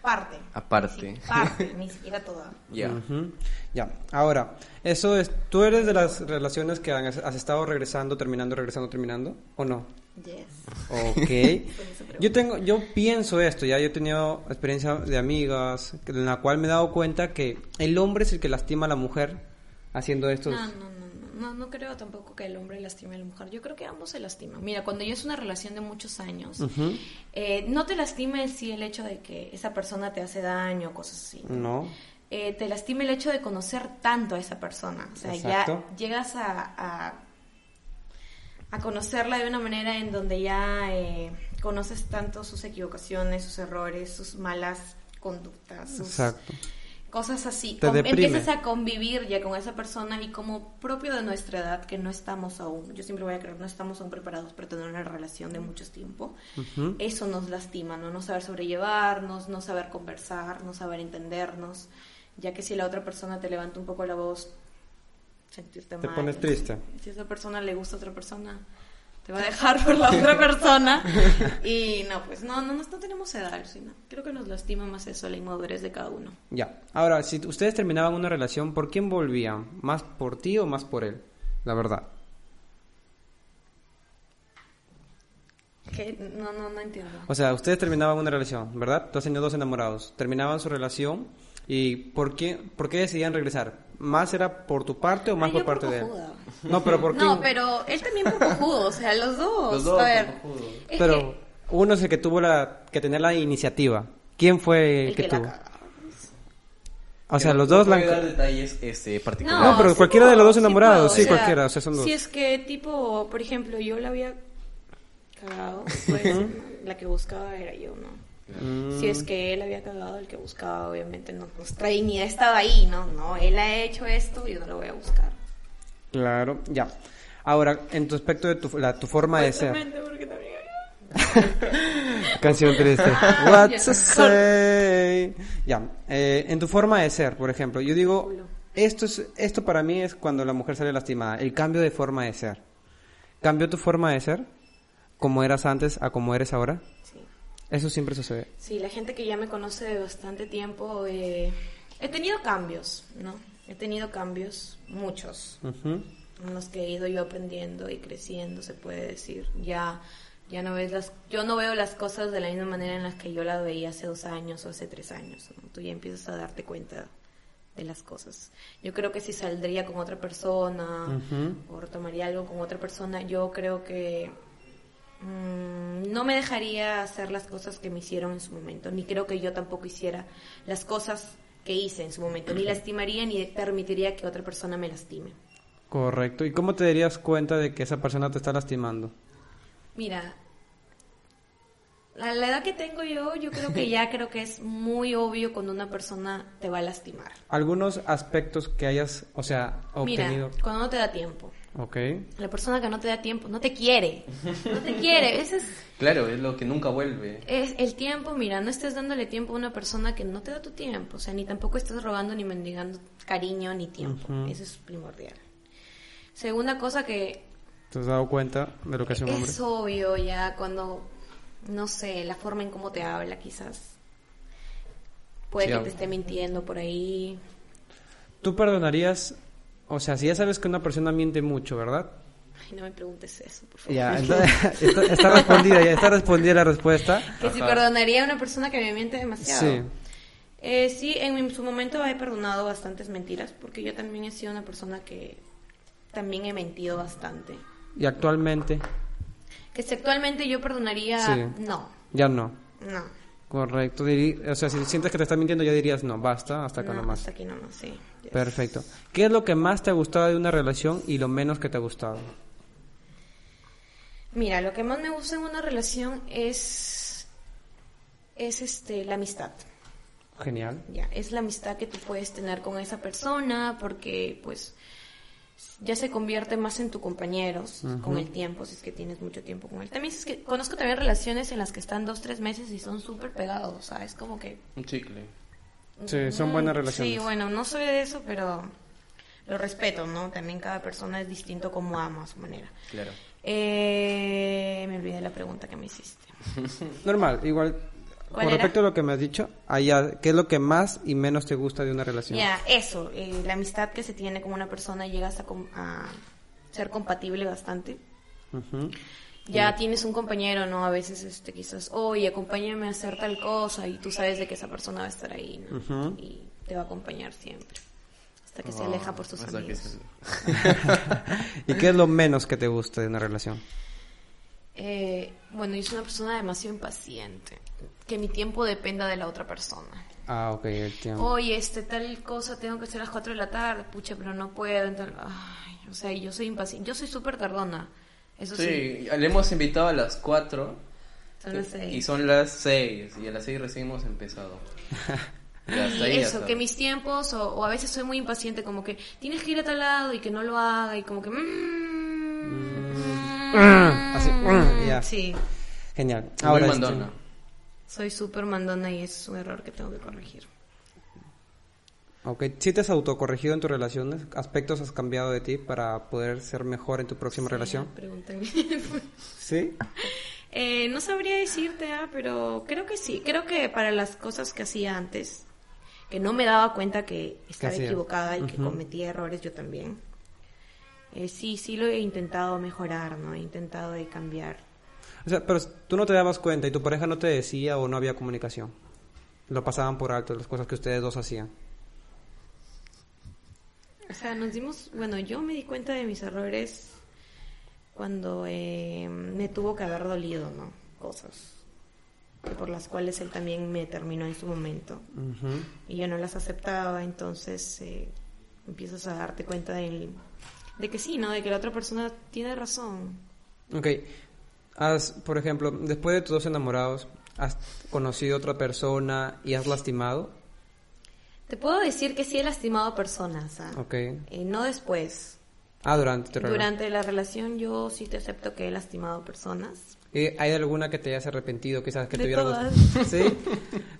Parte.
Aparte.
Sí, parte, ni siquiera toda.
Ya.
Ujú. Ya, ahora, eso es, ¿tú eres de las relaciones que han- has estado regresando, terminando, regresando, terminando? ¿O no?
Yes.
Ok. yo tengo, yo pienso esto, ya yo he tenido experiencia de amigas, que- en la cual me he dado cuenta que el hombre es el que lastima a la mujer haciendo estos.
No, no, no, no, no, no creo tampoco que el hombre lastime a la mujer. Yo creo que ambos se lastiman. Mira, cuando ya es una relación de muchos años, eh, no te lastima en sí el hecho de que esa persona te hace daño, cosas así. ¿no?
No.
eh, te lastima el hecho de conocer tanto a esa persona. O sea,
Exacto.
ya llegas a, a, a conocerla de una manera en donde ya eh, conoces tanto sus equivocaciones, sus errores, sus malas conductas, sus
Exacto.
cosas así.
Te
Con-
deprime.
empiezas a convivir ya con esa persona y como propio de nuestra edad, que no estamos aún, yo siempre voy a creer, no estamos aún preparados para tener una relación de mucho tiempo,
Ujú.
eso nos lastima, ¿no? No saber sobrellevarnos, no saber conversar, no saber entendernos, ya que si la otra persona te levanta un poco la voz, sentirte
Te
mal.
pones triste.
Si a esa persona le gusta a otra persona, te va a dejar por la otra persona. Y no, pues no, no, no, no tenemos edad, sino creo que nos lastima más eso, la inmadurez de cada uno.
Ya. Ahora, si ustedes terminaban una relación, ¿por quién volvían? ¿Más por ti o más por él? La verdad.
Que no, no, no entiendo.
O sea, ustedes terminaban una relación, ¿verdad? Tú has tenido dos enamorados. Terminaban su relación y ¿por qué, por qué decidían regresar? ¿Más era por tu parte o más
Ay,
por
yo
parte de él?
cojuda.
No, pero ¿por qué?
No, pero él también por cojudo, o sea, los dos.
Los dos
a ver,
por cojudo.
es que
Pero uno es el que tuvo la, que tener la iniciativa. ¿Quién fue el,
el
que,
la
eh, tuvo?
caga.
O sea, los dos
no
la...
puede dar detalles este, particulares.
No, pero cualquiera de los dos
puedo,
enamorados,
puedo,
sí, cualquiera, o sea, son dos.
Si es que, tipo, por ejemplo, yo la había cagado, pues la que buscaba era yo, ¿no?
Mm.
Si es que él había cagado, el que buscaba, obviamente, no, nuestra dignidad estaba ahí, ¿no? No, él ha hecho esto, yo no lo voy a buscar.
Claro, ya. Ahora, en tu aspecto de tu, la, tu forma de ser.
Justamente porque también-
Canción triste.
Ah,
What's
ya.
a say? Ya, eh, en tu forma de ser, por ejemplo, yo digo, esto es, esto para mí es cuando la mujer sale lastimada, el cambio de forma de ser. ¿Cambió tu forma de ser? Como eras antes a como eres ahora.
Sí.
Eso siempre sucede.
Sí, la gente que ya me conoce de bastante tiempo, eh, he tenido cambios, ¿no? He tenido cambios, muchos,
Ujú.
en los que he ido yo aprendiendo y creciendo, se puede decir. Ya, ya no ves las, yo no veo las cosas de la misma manera en las que yo las veía hace dos años o hace tres años. ¿no? Tú ya empiezas a darte cuenta de las cosas. Yo creo que si saldría con otra persona o tomaría algo con otra persona, yo creo que Mm, no me dejaría hacer las cosas que me hicieron en su momento, ni creo que yo tampoco hiciera las cosas que hice en su momento, ni lastimaría ni permitiría que otra persona me lastime.
Correcto. ¿Y cómo te darías cuenta de que esa persona te está lastimando?
Mira, a la edad que tengo yo, yo creo que ya creo que es muy obvio cuando una persona te va a lastimar.
Algunos aspectos que hayas, o sea, obtenido.
Mira, cuando no te da tiempo.
Ok.
La persona que no te da tiempo, no te quiere. No te quiere. Ese es,
Claro, es lo que nunca vuelve.
es el tiempo. Mira, no estés dándole tiempo a una persona que no te da tu tiempo. O sea, ni tampoco estás rogando ni mendigando cariño ni tiempo.
Ujú.
Eso es primordial. Segunda cosa que
¿Te has dado cuenta de lo que es un hombre?
es obvio ya cuando, no sé, la forma en cómo te habla quizás. Puede
Sí,
que
algo.
te esté mintiendo por ahí.
¿Tú perdonarías? O sea, si ya sabes que una persona miente mucho, ¿verdad?
Ay, no me preguntes eso, por favor.
Ya, entonces, está, está respondida, ya está respondida la respuesta.
Que si
Ajá.
perdonaría a una persona que me miente demasiado.
Sí.
Eh, sí, en mi- su momento he perdonado bastantes mentiras, porque yo también he sido una persona que también he mentido bastante.
Y actualmente
Que si actualmente yo perdonaría...
Sí.
No,
ya no.
no.
Correcto. diri- O sea, si sientes que te están mintiendo, ya dirías no, basta, hasta acá
no,
nomás.
hasta aquí nomás, sí. Yes.
Perfecto. ¿Qué es lo que más te ha gustado de una relación y lo menos que te ha gustado?
Mira, lo que más me gusta en una relación es... Es este, la amistad.
Genial.
Ya, es la amistad que tú puedes tener con esa persona porque pues ya se convierte más en tu compañero s- con el tiempo, si es que tienes mucho tiempo con él. También es que conozco también relaciones en las que están dos, tres meses y son súper pegados, o sea, es como que... mm,
Un chicle.
Sí, son buenas relaciones.
Sí, bueno, no soy de eso, pero lo respeto, ¿no? También cada persona es distinto como ama a su manera.
Claro.
Eh, me olvidé la pregunta que me hiciste.
Normal, igual.
¿Cuál
Con
era?
respecto a lo que me has dicho, allá, ¿qué es lo que más y menos te gusta de una relación?
Ya, eso, eh, la amistad que se tiene con una persona llega hasta com- a ser compatible bastante.
Ujú.
Ya tienes un compañero, ¿no? A veces este, quizás, oye, acompáñame a hacer tal cosa y tú sabes de que esa persona va a estar ahí, ¿no?
Ujú.
Y te va a acompañar siempre. Hasta que se aleja por sus
O sea, Oh, que
amigos.
se-
¿Y qué es lo menos que te gusta de una relación?
Eh, bueno, yo soy una persona demasiado impaciente. Que mi tiempo dependa de la otra persona.
Ah, ok, el tiempo.
Oye, este, tal cosa tengo que hacer a las 4 de la tarde, pucha, pero no puedo. entonces, ay, o sea, yo soy impaciente. Yo soy súper tardona. Eso sí.
Sí, le hemos invitado a las 4
Son las seis.
y son las 6 y a las 6 recién hemos empezado. Y hasta ahí
Y
ya
eso,
está.
que mis tiempos, o, o a veces soy muy impaciente, como que tienes que ir a tal lado y que no lo haga, y como que. mm,
así, mm, ya.
Sí,
Genial.
Muy
este,
mandona.
soy súper mandona y es un error que tengo que corregir.
Ok, ¿sí te has autocorregido en tus relaciones? ¿Aspectos has cambiado de ti para poder ser mejor en tu próxima
Sí,
relación?
pregúntame.
Sí.
Eh, no sabría decirte, ah, pero creo que sí. Creo que para las cosas que hacía antes, que no me daba cuenta que estaba
hacías?
equivocada y que
Ujú.
cometía errores yo también. Eh, sí, sí lo he intentado mejorar, ¿no? He intentado de cambiar.
O sea, pero tú no te dabas cuenta y tu pareja no te decía o no había comunicación. Lo pasaban por alto las cosas que ustedes dos hacían.
O sea, nos dimos, bueno, yo me di cuenta de mis errores cuando eh, me tuvo que haber dolido, ¿no? Cosas que por las cuales él también me terminó en su momento
Ujú.
y yo no las aceptaba, entonces eh, empiezas a darte cuenta del- de que sí, ¿no? De que la otra persona tiene razón.
Ok. Has, por ejemplo, después de tus dos enamorados, ¿has conocido otra persona y has lastimado?
Te puedo decir que sí he lastimado personas, ¿ah?
Ok.
Eh, no después.
Ah, durante tu relación.
Durante la relación yo sí te acepto que he lastimado personas,
¿Y Eh, ¿Hay alguna que te hayas arrepentido quizás que
De
te hubiera
todas.
gustado? ¿Sí?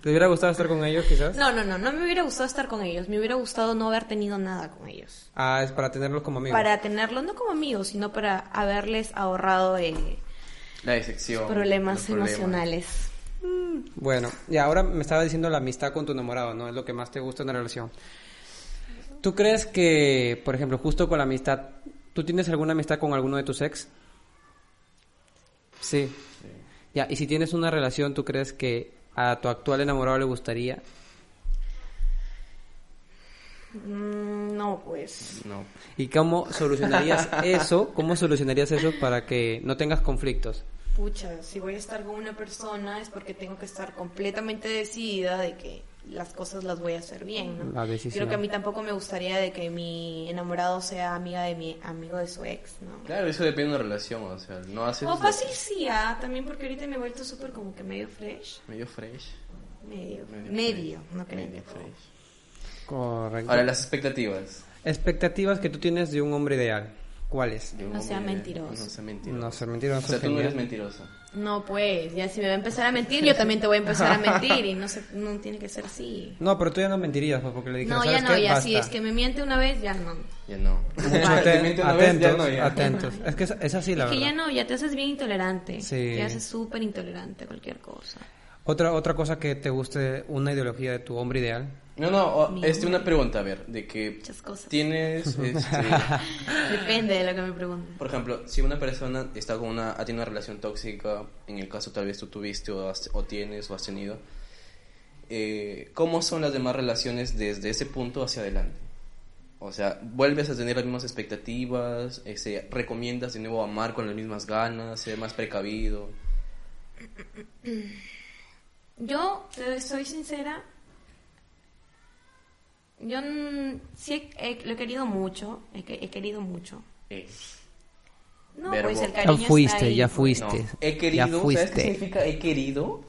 ¿Te hubiera gustado estar con ellos quizás?
No, no, no, no me hubiera gustado estar con ellos, me hubiera gustado no haber tenido nada con ellos.
Ah, es para tenerlos como amigos.
Para tenerlos no como amigos, sino para haberles ahorrado eh,
La decepción. los
problemas, emocionales.
Bueno, y ahora me estaba diciendo la amistad con tu enamorado, ¿no? Es lo que más te gusta en la relación. ¿Tú crees que, por ejemplo, justo con la amistad, ¿tú tienes alguna amistad con alguno de tus ex? Sí. Ya, y si tienes una relación, ¿tú crees que a tu actual enamorado le gustaría?
Mm, no, pues.
No.
¿Y cómo solucionarías eso? ¿Cómo solucionarías eso para que no tengas conflictos?
Pucha, si voy a estar con una persona es porque tengo que estar completamente decidida de que las cosas las voy a hacer bien, ¿no?
La decisión.
Creo que a mí tampoco me gustaría de que mi enamorado sea amiga de mi amigo de su ex, ¿no?
Claro, eso depende de la relación, o sea, no haces...
O fácil sí, ah, también porque ahorita me he vuelto súper como que medio fresh.
Medio fresh.
Medio. Medio,
fresh,
no creo.
Medio fresh.
Correcto.
Ahora, las expectativas.
Expectativas que tú tienes de un hombre ideal. ¿Cuáles?
de un
No sea
hombre.
mentiroso.
No sea mentiroso.
No sé, mentira,
O sea, tú no eres mentiroso.
No, pues, ya si me va a empezar a mentir, yo también te voy a empezar a mentir y no, se, no tiene que ser así.
No, pero tú ya no mentirías, pues, porque le dijeras,
No, ya
"¿Sabes
no,
qué?
ya si
Basta".
es que me miente una vez, ya no.
Ya no.
Aten-
Miente una vez, ya
atentos,
no, ya.
atentos. Es que es, es así, la
Es que
verdad.
ya no, ya te haces bien intolerante.
Sí.
Te haces súper intolerante a cualquier cosa.
Otra, otra cosa que te guste, una ideología de tu hombre ideal.
No, no, o-
Mi-
este, una pregunta, a ver, de que
Muchas cosas.
tienes, este,
Depende de lo que me pregunten.
por ejemplo, si una persona está con una, ha tenido una relación tóxica, en el caso tal vez tú tuviste o, has- o tienes o has tenido, eh, ¿cómo son las demás relaciones desde ese punto hacia adelante? O sea, ¿vuelves a tener las mismas expectativas? Este, ¿Recomiendas de nuevo amar con las mismas ganas? ¿Ser más precavido?
Yo, te soy sincera, yo mm, sí he- he- lo he querido mucho, he, que- he querido mucho.
Eh,
No,
Verbo.
pues el
Ya
cariño está ahí.
No, he querido, ¿sabes qué significa he querido?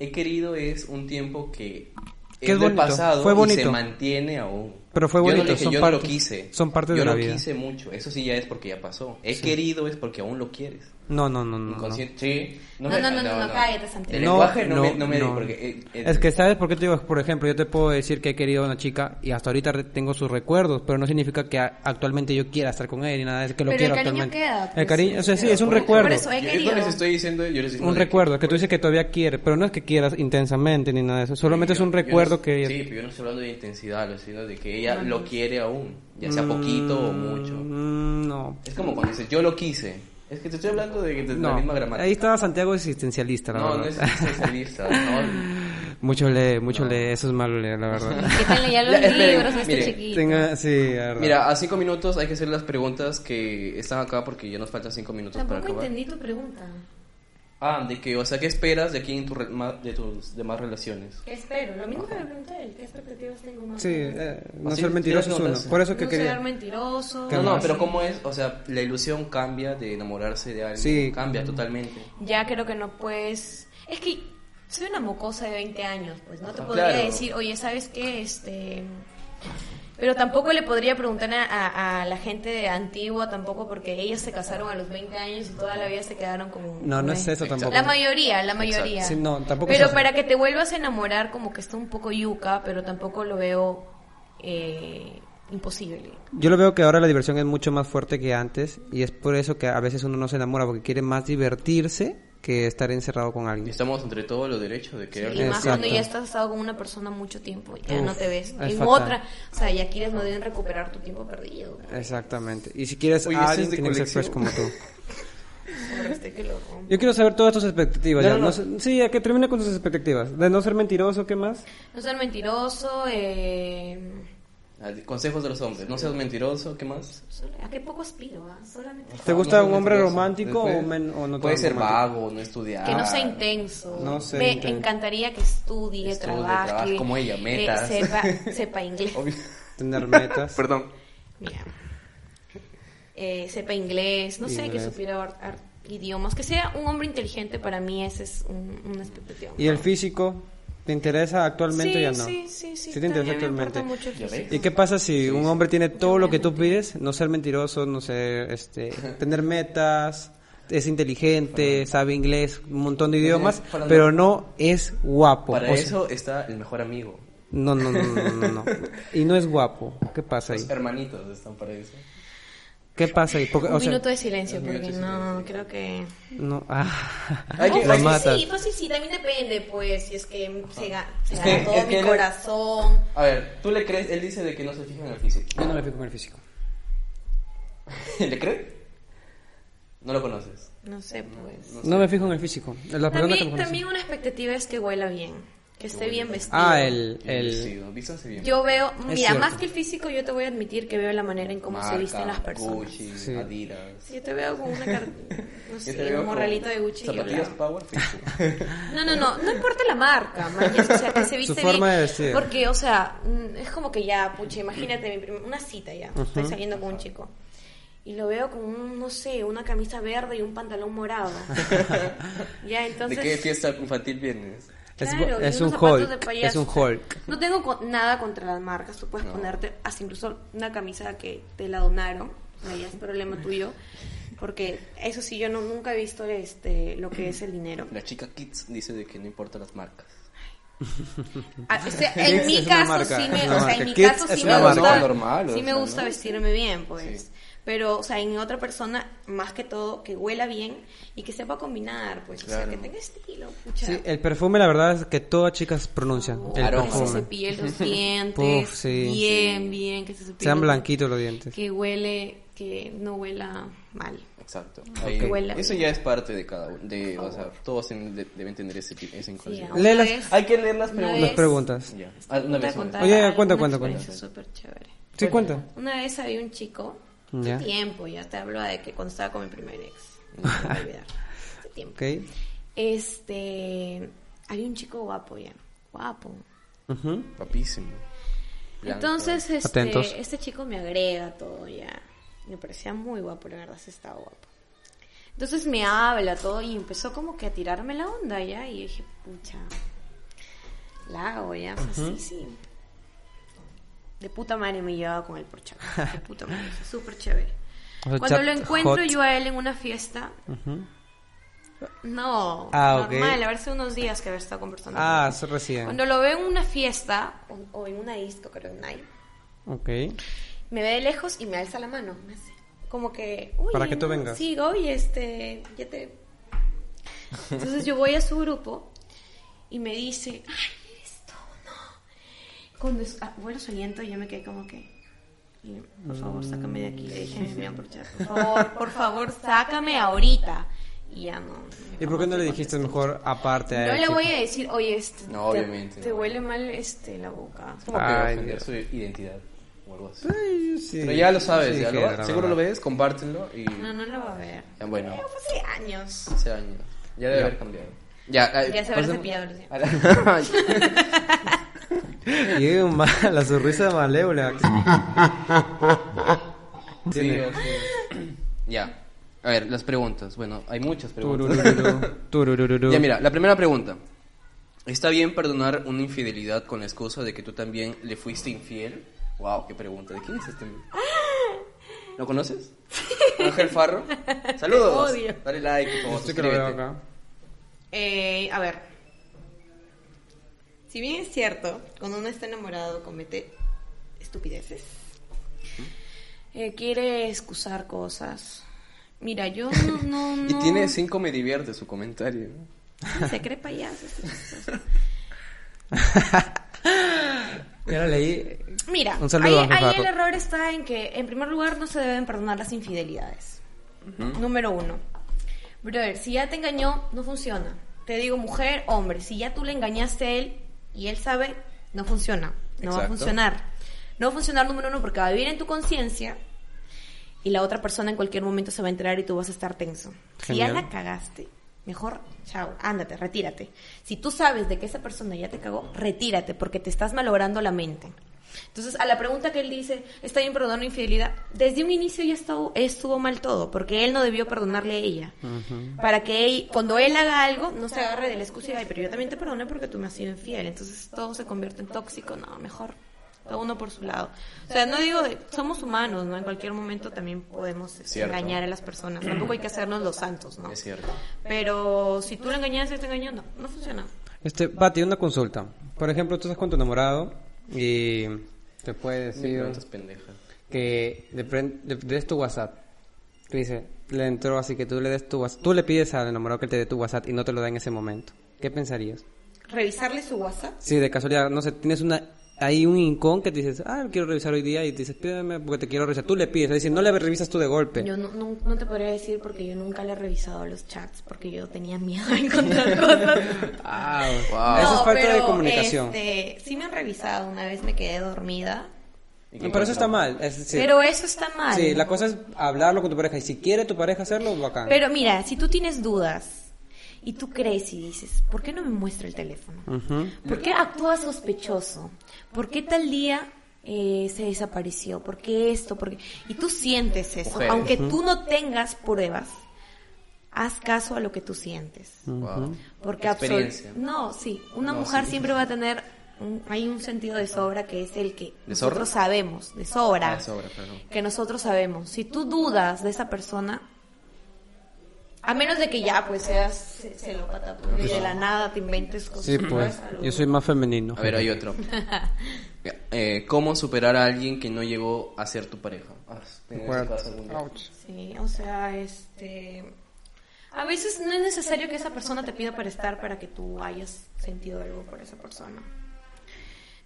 He querido es un tiempo que
Que es
del
bonito,
pasado
fue
y se
bonito.
mantiene aún.
Pero fue
Yo no
bonito,
le dije,
son
yo no
partes-
lo quise.
son partes
yo
de la
lo
vida.
quise mucho, eso sí ya es porque ya pasó. He querido es porque aún lo quieres.
No, no, no, no. no.
Inconsciente, sí.
No, no, no, no, no, cállate, Santiago.
El
No,
lenguaje no, me, no me- porque, eh, eh,
Es que, ¿sabes por qué te digo? Por ejemplo, yo te puedo decir que he querido a una chica y hasta ahorita re- tengo sus recuerdos, pero no significa que a- actualmente yo quiera estar con él ni nada, es que lo
Pero el
quiero
cariño
actualmente.
queda,
el
pues,
cariño, o sea, sí,
queda.
es un
Por-
recuerdo.
por eso he
yo-
querido.
Yo les estoy diciendo, yo les digo
un
de que-
recuerdo que tú dices que todavía quiere, pero no es que quieras intensamente ni nada de eso, solamente es
Yo-
un
yo no-
recuerdo que
Sí, pero yo no estoy hablando de intensidad, sino de que ella lo quiere aún, ya sea poquito o mucho.
Mm, no.
Es como cuando dices, yo lo quise. Es que te estoy hablando de, de la
No.
misma gramática.
Ahí estaba Santiago existencialista, la verdad.
No, no es especialista. No.
mucho lee, mucho lee, eso es malo leer, la verdad.
¿Qué tal leía los
Ya, esperen,
libros a este
mire,
chiquito?
Tenga, sí, la verdad.
Mira, a cinco minutos hay que hacer las preguntas que están acá porque ya nos faltan cinco minutos para
Tampoco
acabar.
entendí tu pregunta.
Ah, de que, o sea, ¿qué esperas de aquí en tu re- ma- de tus demás relaciones?
¿Qué espero? Lo mismo que me preguntó él. ¿Qué expectativas tengo más?
Sí, eh, no
Así,
ser mentiroso es
tienes
uno.
notas.
Por eso que
no
quería.
ser mentiroso.
¿Qué
No, no,
más?
pero ¿cómo es? O sea, la ilusión cambia de enamorarse de alguien.
Sí.
Cambia totalmente.
Ya creo que no puedes... Es que soy una mocosa de 20 años, pues no te
Ajá.
podría
Claro.
decir, oye, ¿sabes qué? Este... Pero tampoco le podría preguntar a, a- a la gente de antigua tampoco porque ellos se casaron a los 20 años y toda la vida se quedaron como...
No, no es eso
Exacto.
tampoco.
La mayoría, la mayoría.
Sí, no, tampoco es
pero
así.
para que te vuelvas a enamorar como que está un poco yuca, pero tampoco lo veo eh, imposible.
Yo lo veo que ahora la diversión es mucho más fuerte que antes y es por eso que a veces uno no se enamora porque quiere más divertirse que estar encerrado con
Y
alguien.
estamos entre todos los derechos de querer.
Y más
Exacto.
cuando ya estás estado con una persona mucho tiempo, ya
Uf,
no te ves.
es
En
fatal.
otra, o sea, ya quieres no deben recuperar tu tiempo perdido.
Eh. Exactamente. Y si quieres
Oye,
a
¿eso
alguien
es de
tiene que ser fresh
colección?
como tú.
Pobre este que lo rompe.
Yo quiero saber todas tus expectativas.
No,
ya.
no, no.
No sé- sí, a que termine con tus expectativas. De no ser mentiroso, ¿qué más?
No ser mentiroso, eh,
Ah, Consejos de los hombres. No seas mentiroso, ¿qué más?
solo- ¿a qué poco aspiro? ah? Solamente
¿Te
No,
gusta
no
un
seas
hombre
mentiroso.
romántico
Puede-
o, men- o no
Puede
tan
ser
romántico?
vago, no estudiar.
Que no sea intenso.
Ah, No sea
Me
intenso.
encantaría que estudie,
Estudie,
trabaje. eh,
trabaje, como ella, metas.
sepa, sepa inglés.
Obvio.
Tener metas.
Perdón.
Mira. Eh, sepa inglés, no sé, que
Inglés.
supiera ar- ar- idiomas. Que sea un hombre inteligente para mí, esa es un- una expectativa.
¿Y el físico? ¿Te interesa actualmente
sí,
o ya no?
sí, sí, sí.
Sí te interesa
también me importa
actualmente.
mucho el
¿Ya ves?
físico.
¿Y qué pasa si un hombre tiene todo lo que tú pides? No ser mentiroso, no ser, este, tener metas, es inteligente, sabe inglés, un montón de idiomas,
para-
pero no es guapo.
Para
O sea,
eso está el mejor amigo.
No, no, no, no, no, no. Y no es guapo. ¿Qué pasa ahí?
Los hermanitos están para eso.
¿Qué pasa ahí? Porque,
Un
o sea,
minuto de silencio,
un
porque
minuto de
no, creo que...
no, ah,
Hay que-
Oh,
lo
fácil
matas.
sí, fácil sí, también depende, pues, si es que se Ah. gana, se
Es
gana
que-
todo
es
mi
que él-
corazón.
A ver, ¿tú le crees? Él dice de que no se fija en el físico.
Yo no me fijo con el físico.
¿Le crees? No lo conoces.
No sé, pues...
No me fijo en el físico. La persona que me
También,
conoce.
también una expectativa es que huela bien. que esté bien vestido.
Ah, el, el-
Vestido, vístanse bien.
Yo veo, mira,
cierto.
más que el físico, yo te voy a admitir que veo la manera en cómo se visten las personas.
Gucci,
Sí.
Adidas.
Yo te veo con una car- no
Yo
sé,
te veo
un
con
morralito de Gucci. y yo,
Zapatillas
claro.
Power Fit.
No, no, no, no importa la marca, mañas, o sea, que se
Su
viste
forma
bien,
de vestir.
Porque, o sea, mm, es como que ya, pucha, imagínate mi prim- una cita ya, estoy saliendo con un chico. Y lo veo con, un, no sé, una camisa verde y un pantalón morado. ya, entonces...
¿De qué fiesta infantil vienes?
Es,
Claro,
es
y
un
unos zapatos de
Hulk.
payaso.
Es un Hulk.
No tengo co- nada contra las marcas. Tú puedes
No.
ponerte hasta incluso una camisa que te la donaron. O sea, ya es problema tuyo. Porque eso sí, yo no, nunca he visto este, lo que es el dinero.
La chica Kids dice de que no importa las marcas.
Ah, o sea,
Es
en mi
una
caso
marca,
sí
es
me,
una
o sea,
marca.
en mi
Kids
caso
es
sí
una
me
marca.
gusta,
Normal, o
sí me
sea,
gusta
¿no?
vestirme bien, pues.
Sí.
Pero, o sea, en otra persona, más que todo, que huela bien y que sepa combinar, pues. O sea,
Claro.
que tenga estilo, pucha.
Sí, el perfume, la verdad es que todas chicas pronuncian.
Oh,
el
Aroma.
Que se
perfume.
cepille los dientes.
Puf, sí.
Bien, bien, que se cepille.
Sean
los-
blanquitos los dientes.
Que huele, que no huela mal.
Exacto.
Ok.
Ahí-
Huela.
Eso ya es parte de cada uno. De, o sea, todos tienen- de- deben tener ese, ese inconsciente.
ahora
Lee las-
es-
Hay que leer las
Una
preguntas.
Las preguntas.
Ya. Ah, una
te voy a
vez más.
contar
Oye,
algo,
cuenta,
una
cuenta,
cuenta.
experiencia súper chévere.
¿Sí cuenta?
Una vez había un chico,
Ya.
hace tiempo, ya te hablo de que cuando estaba con mi primer ex. No me voy a olvidar. Hace tiempo.
Ok.
Este, había un chico guapo ya, guapo.
Ujú.
Guapísimo. Blanco.
Entonces, este,
Atentos.
este chico me agrega todo ya. Me parecía muy guapo, la verdad, se estaba guapo. Entonces me habla todo y empezó como que a tirarme la onda ya. Y yo dije, pucha, la hago ya. O sea, Sí, sí. De puta madre me llevaba con él por chat. De puta madre, o sea, súper chévere.
O sea,
Cuando
chat
lo encuentro
hot.
yo a él en una fiesta,
Ujú.
no,
Ah, ok.
normal, haberse unos días que haber estado conversando.
Ah,
con él.
eso recién.
Cuando lo veo en una fiesta, o, o en una disco, creo, en night,
Ok.
me ve de lejos y me alza la mano. me hace como que, oye,
Para que tú
no,
vengas.
Sí, oye, este, ya te... Entonces yo voy a su grupo y me dice, ay, eres tú, no. Cuando es, ah, huelo su aliento yo me quedé como que, y, por favor, sácame de aquí. Le dije, a mi amiga por chat, por favor, por favor, sácame ahorita. Y ya no.
¿Y por qué no le dijiste mejor aparte a
No
él,
le
chico?
voy a decir, oye, este,
No,
te,
obviamente,
te
no.
huele mal este, la boca.
Como que
Ay,
ofender
Dios.
su identidad o algo así.
Ay, sí.
Pero ya lo sabes,
Sí,
ya lo-
dijera, la
seguro lo
verdad.
ves, compártelo y
No, no lo va a ver.
Ya, bueno,
Pero fue hace años.
hace años. Ya debe
Ya.
haber cambiado. Ya, ay,
Ya se habrá
pasemos-
cepillado los
a la-
Y ma- la sonrisa malévola.
Sí,
Tiene-
o sea. Ya. A ver, las preguntas. Bueno, hay muchas preguntas.
Tururururu, tururururu.
ya mira, la primera pregunta. ¿Está bien perdonar una infidelidad con la excusa de que tú también le fuiste infiel? Wow, qué pregunta. ¿De quién es este? ¿Lo conoces? Ángel Farro. Saludos.
Te odio.
Dale like, por favor,
Esto que lo veo
suscríbete.
acá.
Eh, a ver. Si bien es cierto, cuando uno está enamorado comete estupideces. Eh, quiere excusar cosas. Mira, yo no, no,
Y
no-
tiene cinco me divierte su comentario.
Se cree payaso. este chistoso.
Ya la leí.
Mira,
Un saludo,
ahí,
Ángel
ahí
Farro.
el error está en que, en primer lugar, no se deben perdonar las infidelidades. Número uno. Brother, si ya te engañó, no funciona. Te digo, mujer, hombre, si ya tú le engañaste a él y él sabe, no funciona. No va a
Exacto.
funcionar. No va a funcionar, número uno, porque va a vivir en tu conciencia y la otra persona en cualquier momento se va a enterar y tú vas a estar tenso. Si ya
Genial.
la cagaste, mejor, chao, ándate, retírate. Si tú sabes de que esa persona ya te cagó, retírate porque te estás malogrando la mente. Entonces, a la pregunta que él dice, ¿está bien perdonar una infidelidad? Desde un inicio ya estuvo, estuvo mal todo, porque él no debió perdonarle a ella. Para que él- cuando él haga algo, no se agarre de la excusa y, "Ay, pero yo también te perdoné porque tú me has sido infiel. Entonces, todo se convierte en tóxico. No, mejor, cada uno por su lado. O sea, no digo, de- somos humanos, ¿no? En cualquier momento también podemos este,
Cierto.
engañar a las personas. Tampoco hay que hacernos los santos, ¿no?
Es cierto.
Pero si tú lo engañas, él te engañó, no, no funciona.
Este, Pati, una consulta. Por ejemplo, tú estás con tu enamorado y te puede decir
Preguntas pendejas.
que le, pren- le des tu WhatsApp. Te dice, le entró así que tú le des tu WhatsApp. Tú le pides al enamorado que te dé tu WhatsApp y no te lo da en ese momento. ¿Qué pensarías?
Revisarle su WhatsApp.
Sí, de casualidad, no sé, tienes una hay un rincón que te dices, ah, quiero revisar hoy día y te dices, pídeme porque te quiero revisar. Tú le pides, es decir, no le revisas tú de golpe.
Yo no, no, no te podría decir porque yo nunca le he revisado los chats porque yo tenía miedo de encontrar cosas.
Ah,
Wow.
Eso es
No,
falta de
pero,
comunicación.
Este, sí me han revisado, una vez me quedé dormida.
Pero eso está mal. es decir,
Pero eso está mal.
Sí, la cosa es hablarlo con tu pareja y si quiere tu pareja hacerlo, bacán.
Pero mira, si tú tienes dudas y tú crees y dices, ¿por qué no me muestra el teléfono?
Ujú.
¿Por qué actúa sospechoso? ¿Por qué tal día eh, se desapareció? ¿Por qué esto? ¿Por qué? Y tú sientes eso,
Mujeres.
aunque tú no tengas pruebas, haz caso a lo que tú sientes.
Wow.
Porque absol-
Experiencia.
No, sí, una
No,
mujer
sí.
siempre va a tener, un- hay un sentido de sobra que es el que
¿De sobra?
nosotros sabemos, de sobra,
Ah, de sobra, perdón.
que nosotros sabemos. Si tú dudas de esa persona, a menos de que ya pues seas ce- celópata tú,
Pues
y de la nada te inventes cosas.
Sí, pues, yo soy más femenino.
A ver, hay otro. Eh, ¿Cómo superar a alguien que no llegó a ser tu pareja? Ah, en ese
Bueno,
caso algún día.
ouch.
Sí, o sea, este... A veces no es necesario que esa persona te pida para estar para que tú hayas sentido algo por esa persona.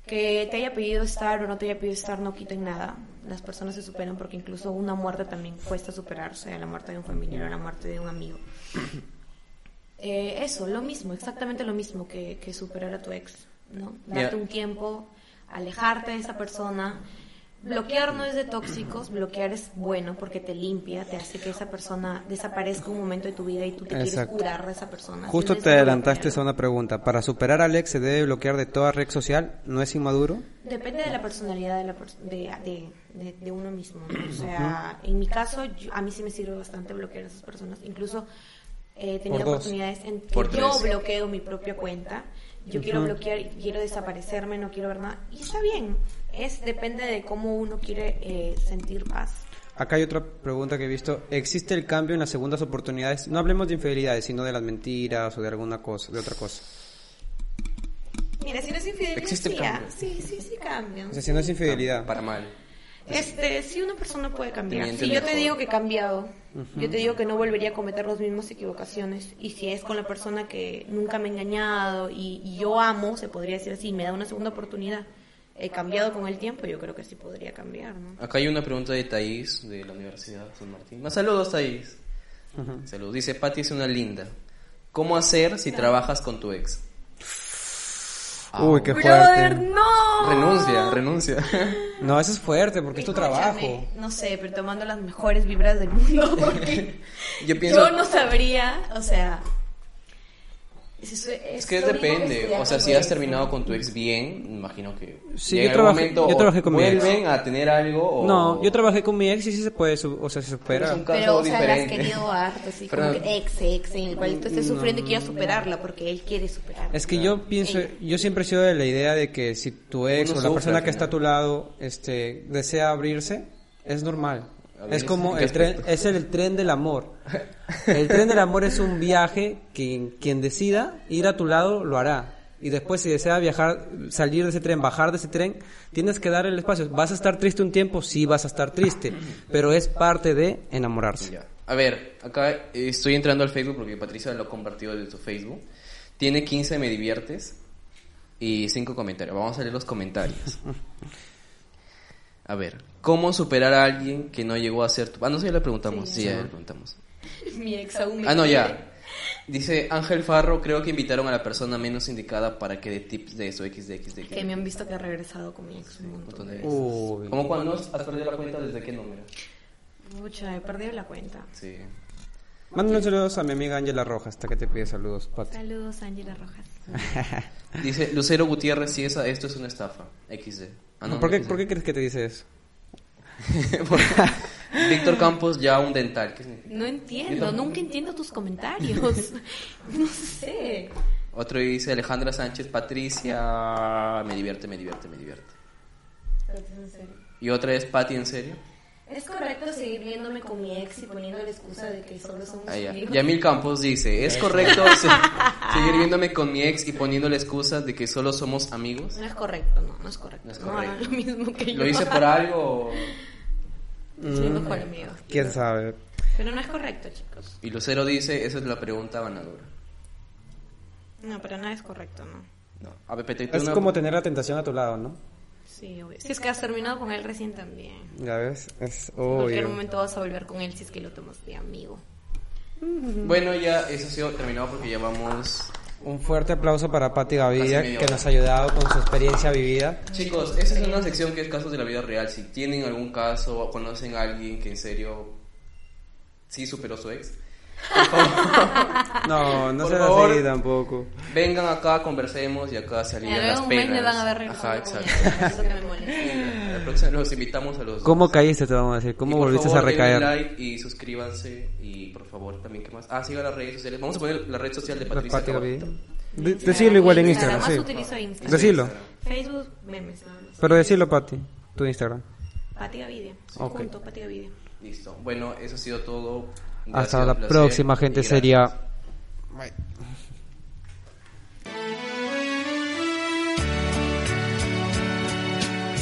Que te haya pedido estar o no te haya pedido estar no quita en nada. Las personas se superan porque incluso una muerte también cuesta superarse, la muerte de un familiar o la muerte de un amigo. Eh, eso, lo mismo, exactamente lo mismo que, que superar a tu ex, ¿no?
Ya.
Darte un tiempo, alejarte de esa persona. Bloquear no es de tóxicos, bloquear es bueno porque te limpia, te hace que esa persona desaparezca un momento de tu vida y tú te quieres
Exacto.
curar de esa persona.
Justo
Tienes
te
que
adelantaste a
bloquearlo.
una pregunta. Para superar a Alex se debe bloquear de toda red social, no es inmaduro.
Depende de la personalidad de, la pers- de, de, de- de uno mismo. ¿no? O sea, en mi caso, yo- a mí sí me sirve bastante bloquear a esas personas. Incluso eh, he tenido
Por dos.
oportunidades en que
Por
yo
tres.
bloqueo mi propia cuenta. Yo quiero bloquear y quiero desaparecerme, no quiero ver nada. Y está bien. Es depende de cómo uno quiere eh, sentir paz.
Acá hay otra pregunta que he visto. ¿Existe el cambio en las segundas oportunidades? No hablemos de infidelidades, sino de las mentiras o de alguna cosa, de otra cosa.
Mira, si no es infidelidad,
Existe el
sí, ah,
cambio.
sí, sí, sí cambia.
O sea, si no es infidelidad.
Para mal.
Este, sí, una persona puede cambiar.
Te miente
Si yo te
mejor.
digo que he cambiado, yo te digo que no volvería a cometer las mismas equivocaciones. Y si es con la persona que nunca me ha engañado y, y yo amo, se podría decir así, me da una segunda oportunidad. He cambiado con el tiempo, yo creo que sí podría cambiar, ¿no?
Acá hay una pregunta de Thaís de la Universidad San Martín. Más saludos, Thaís. Saludos. Dice, Pati es una linda. ¿Cómo hacer si trabajas con tu ex?
Uy, qué
¡Brother,
fuerte.
no!
Renuncia, renuncia.
No, eso es fuerte porque es tu trabajo.
Escúchame, No sé, pero tomando las mejores vibras del mundo, porque
Yo pienso-
yo no sabría, o sea... Es,
Es que depende, o sea, si has terminado con tu ex bien, imagino que
Sí,
llega
yo
algún
trabajé- yo
o
trabajé con mi ex.
vuelven a tener algo o
No, yo trabajé con mi ex y sí se puede, su- o sea, se supera.
Es un
Pero,
caso
o sea, la has
diferente.
querido harto, así como
Pero-
que ex, ex, en el cual tú estés sufriendo y quieras superarla, porque él quiere superarla.
Es que yo pienso, yo siempre he sido de la idea de que si tu ex
Uno
o la
sufre
persona
al
que está a
final.
tu lado este, desea abrirse, es normal. Es
Abrirse,
como
¿en
el
qué
tren,
aspecto?
es el, tren del amor. El tren del amor es un viaje que quien decida ir a tu lado lo hará. Y después si desea viajar, salir de ese tren, bajar de ese tren, tienes que dar el espacio. ¿Vas a estar triste un tiempo? Sí, vas a estar triste, pero es parte de enamorarse.
Ya. A ver, acá eh, estoy entrando al Facebook porque Patricia lo ha compartido desde su Facebook. Tiene 15 me diviertes y 5 comentarios. Vamos a leer los comentarios. A ver, ¿cómo superar a alguien que no llegó a ser tu... Ah, no sé, ya le preguntamos. Sí, ya le preguntamos.
Mi ex aún me
Ah, no,
quiere.
ya. Dice Ángel Farro, creo que invitaron a la persona menos indicada para que dé tips de eso, x, de x, de
Que me han visto que he regresado con mi ex un montón.
Uy.
¿Cómo cuando has perdido la cuenta desde qué número?
Mucha, he perdido la cuenta.
Sí.
Mándale saludos a mi amiga Ángela Rojas, hasta que te pide saludos, Pati.
Saludos, Ángela Rojas.
Dice Lucero Gutiérrez, si esa, esto es una estafa. XD. Ah, no,
¿Por, qué,
XD.
¿Por qué crees que te dice eso?
Por- Víctor Campos, ya un dental. ¿Qué significa?
No entiendo, nunca entiendo tus comentarios. No sé.
Otro dice Alejandra Sánchez, Patricia, me divierte, me divierte, me divierte. Y otra es Patti, ¿en serio?
Es correcto seguir viéndome con mi ex y poniendo la excusa de que solo somos
Ah, ya.
amigos.
Yamil Campos dice, ¿es correcto se- seguir viéndome con mi ex y poniéndole excusas de que solo somos amigos?
No es correcto, no, no es correcto.
No es
hagan
correcto.
lo mismo que yo.
¿Lo hice por algo? Mm.
Soy mejor amigo.
¿Quién sabe?
Pero no es correcto, chicos.
Y Lucero dice, esa es la pregunta ganadora.
No, pero nada es correcto, ¿no?
No. A ver, Pete, tú
Es
una-
como tener la tentación a tu lado, ¿no?
Sí, obvio. Si es que has terminado con él recién también.
Ya ves, es
En cualquier
obvio.
momento vas a volver con él si es que lo tomas de amigo.
Bueno, ya eso ha sido terminado porque ya vamos.
Un fuerte aplauso para Patti Gaviria,
Casi media
que
hora.
nos ha ayudado con su experiencia vivida.
Chicos, esta es una sección que es casos de la vida real. Si tienen algún caso o conocen a alguien que en serio sí superó su ex,
No, no
Por
será
favor.
así tampoco.
vengan acá, conversemos y acá se alivian
En
las
un
penas.
mes me van a ver
Ajá,
regresando con
exacto.
él. Eso que me molesta.
La próxima los invitamos a los.
¿Cómo caíste, te vamos a decir?
Y
¿Cómo
por
volviste
favor,
a recaer?
denle like y suscríbanse. Y por favor, también, ¿qué más? Ah, sigan las redes sociales. Vamos a poner la red social de Patricia.
Patti
Caballito.
Gaviria. De- Decirlo igual en Instagram,
Nada más
sí.
utilizo Instagram.
Decilo.
Facebook, memes, nada más.
Pero decirlo, Patti, tu Instagram.
Pati Gavidia.
Ok.
Junto, Pati Gavidia.
Listo. Bueno, eso ha sido todo. Ha
Hasta
sido
la
un placer
próxima,
y
gente
gracias.
sería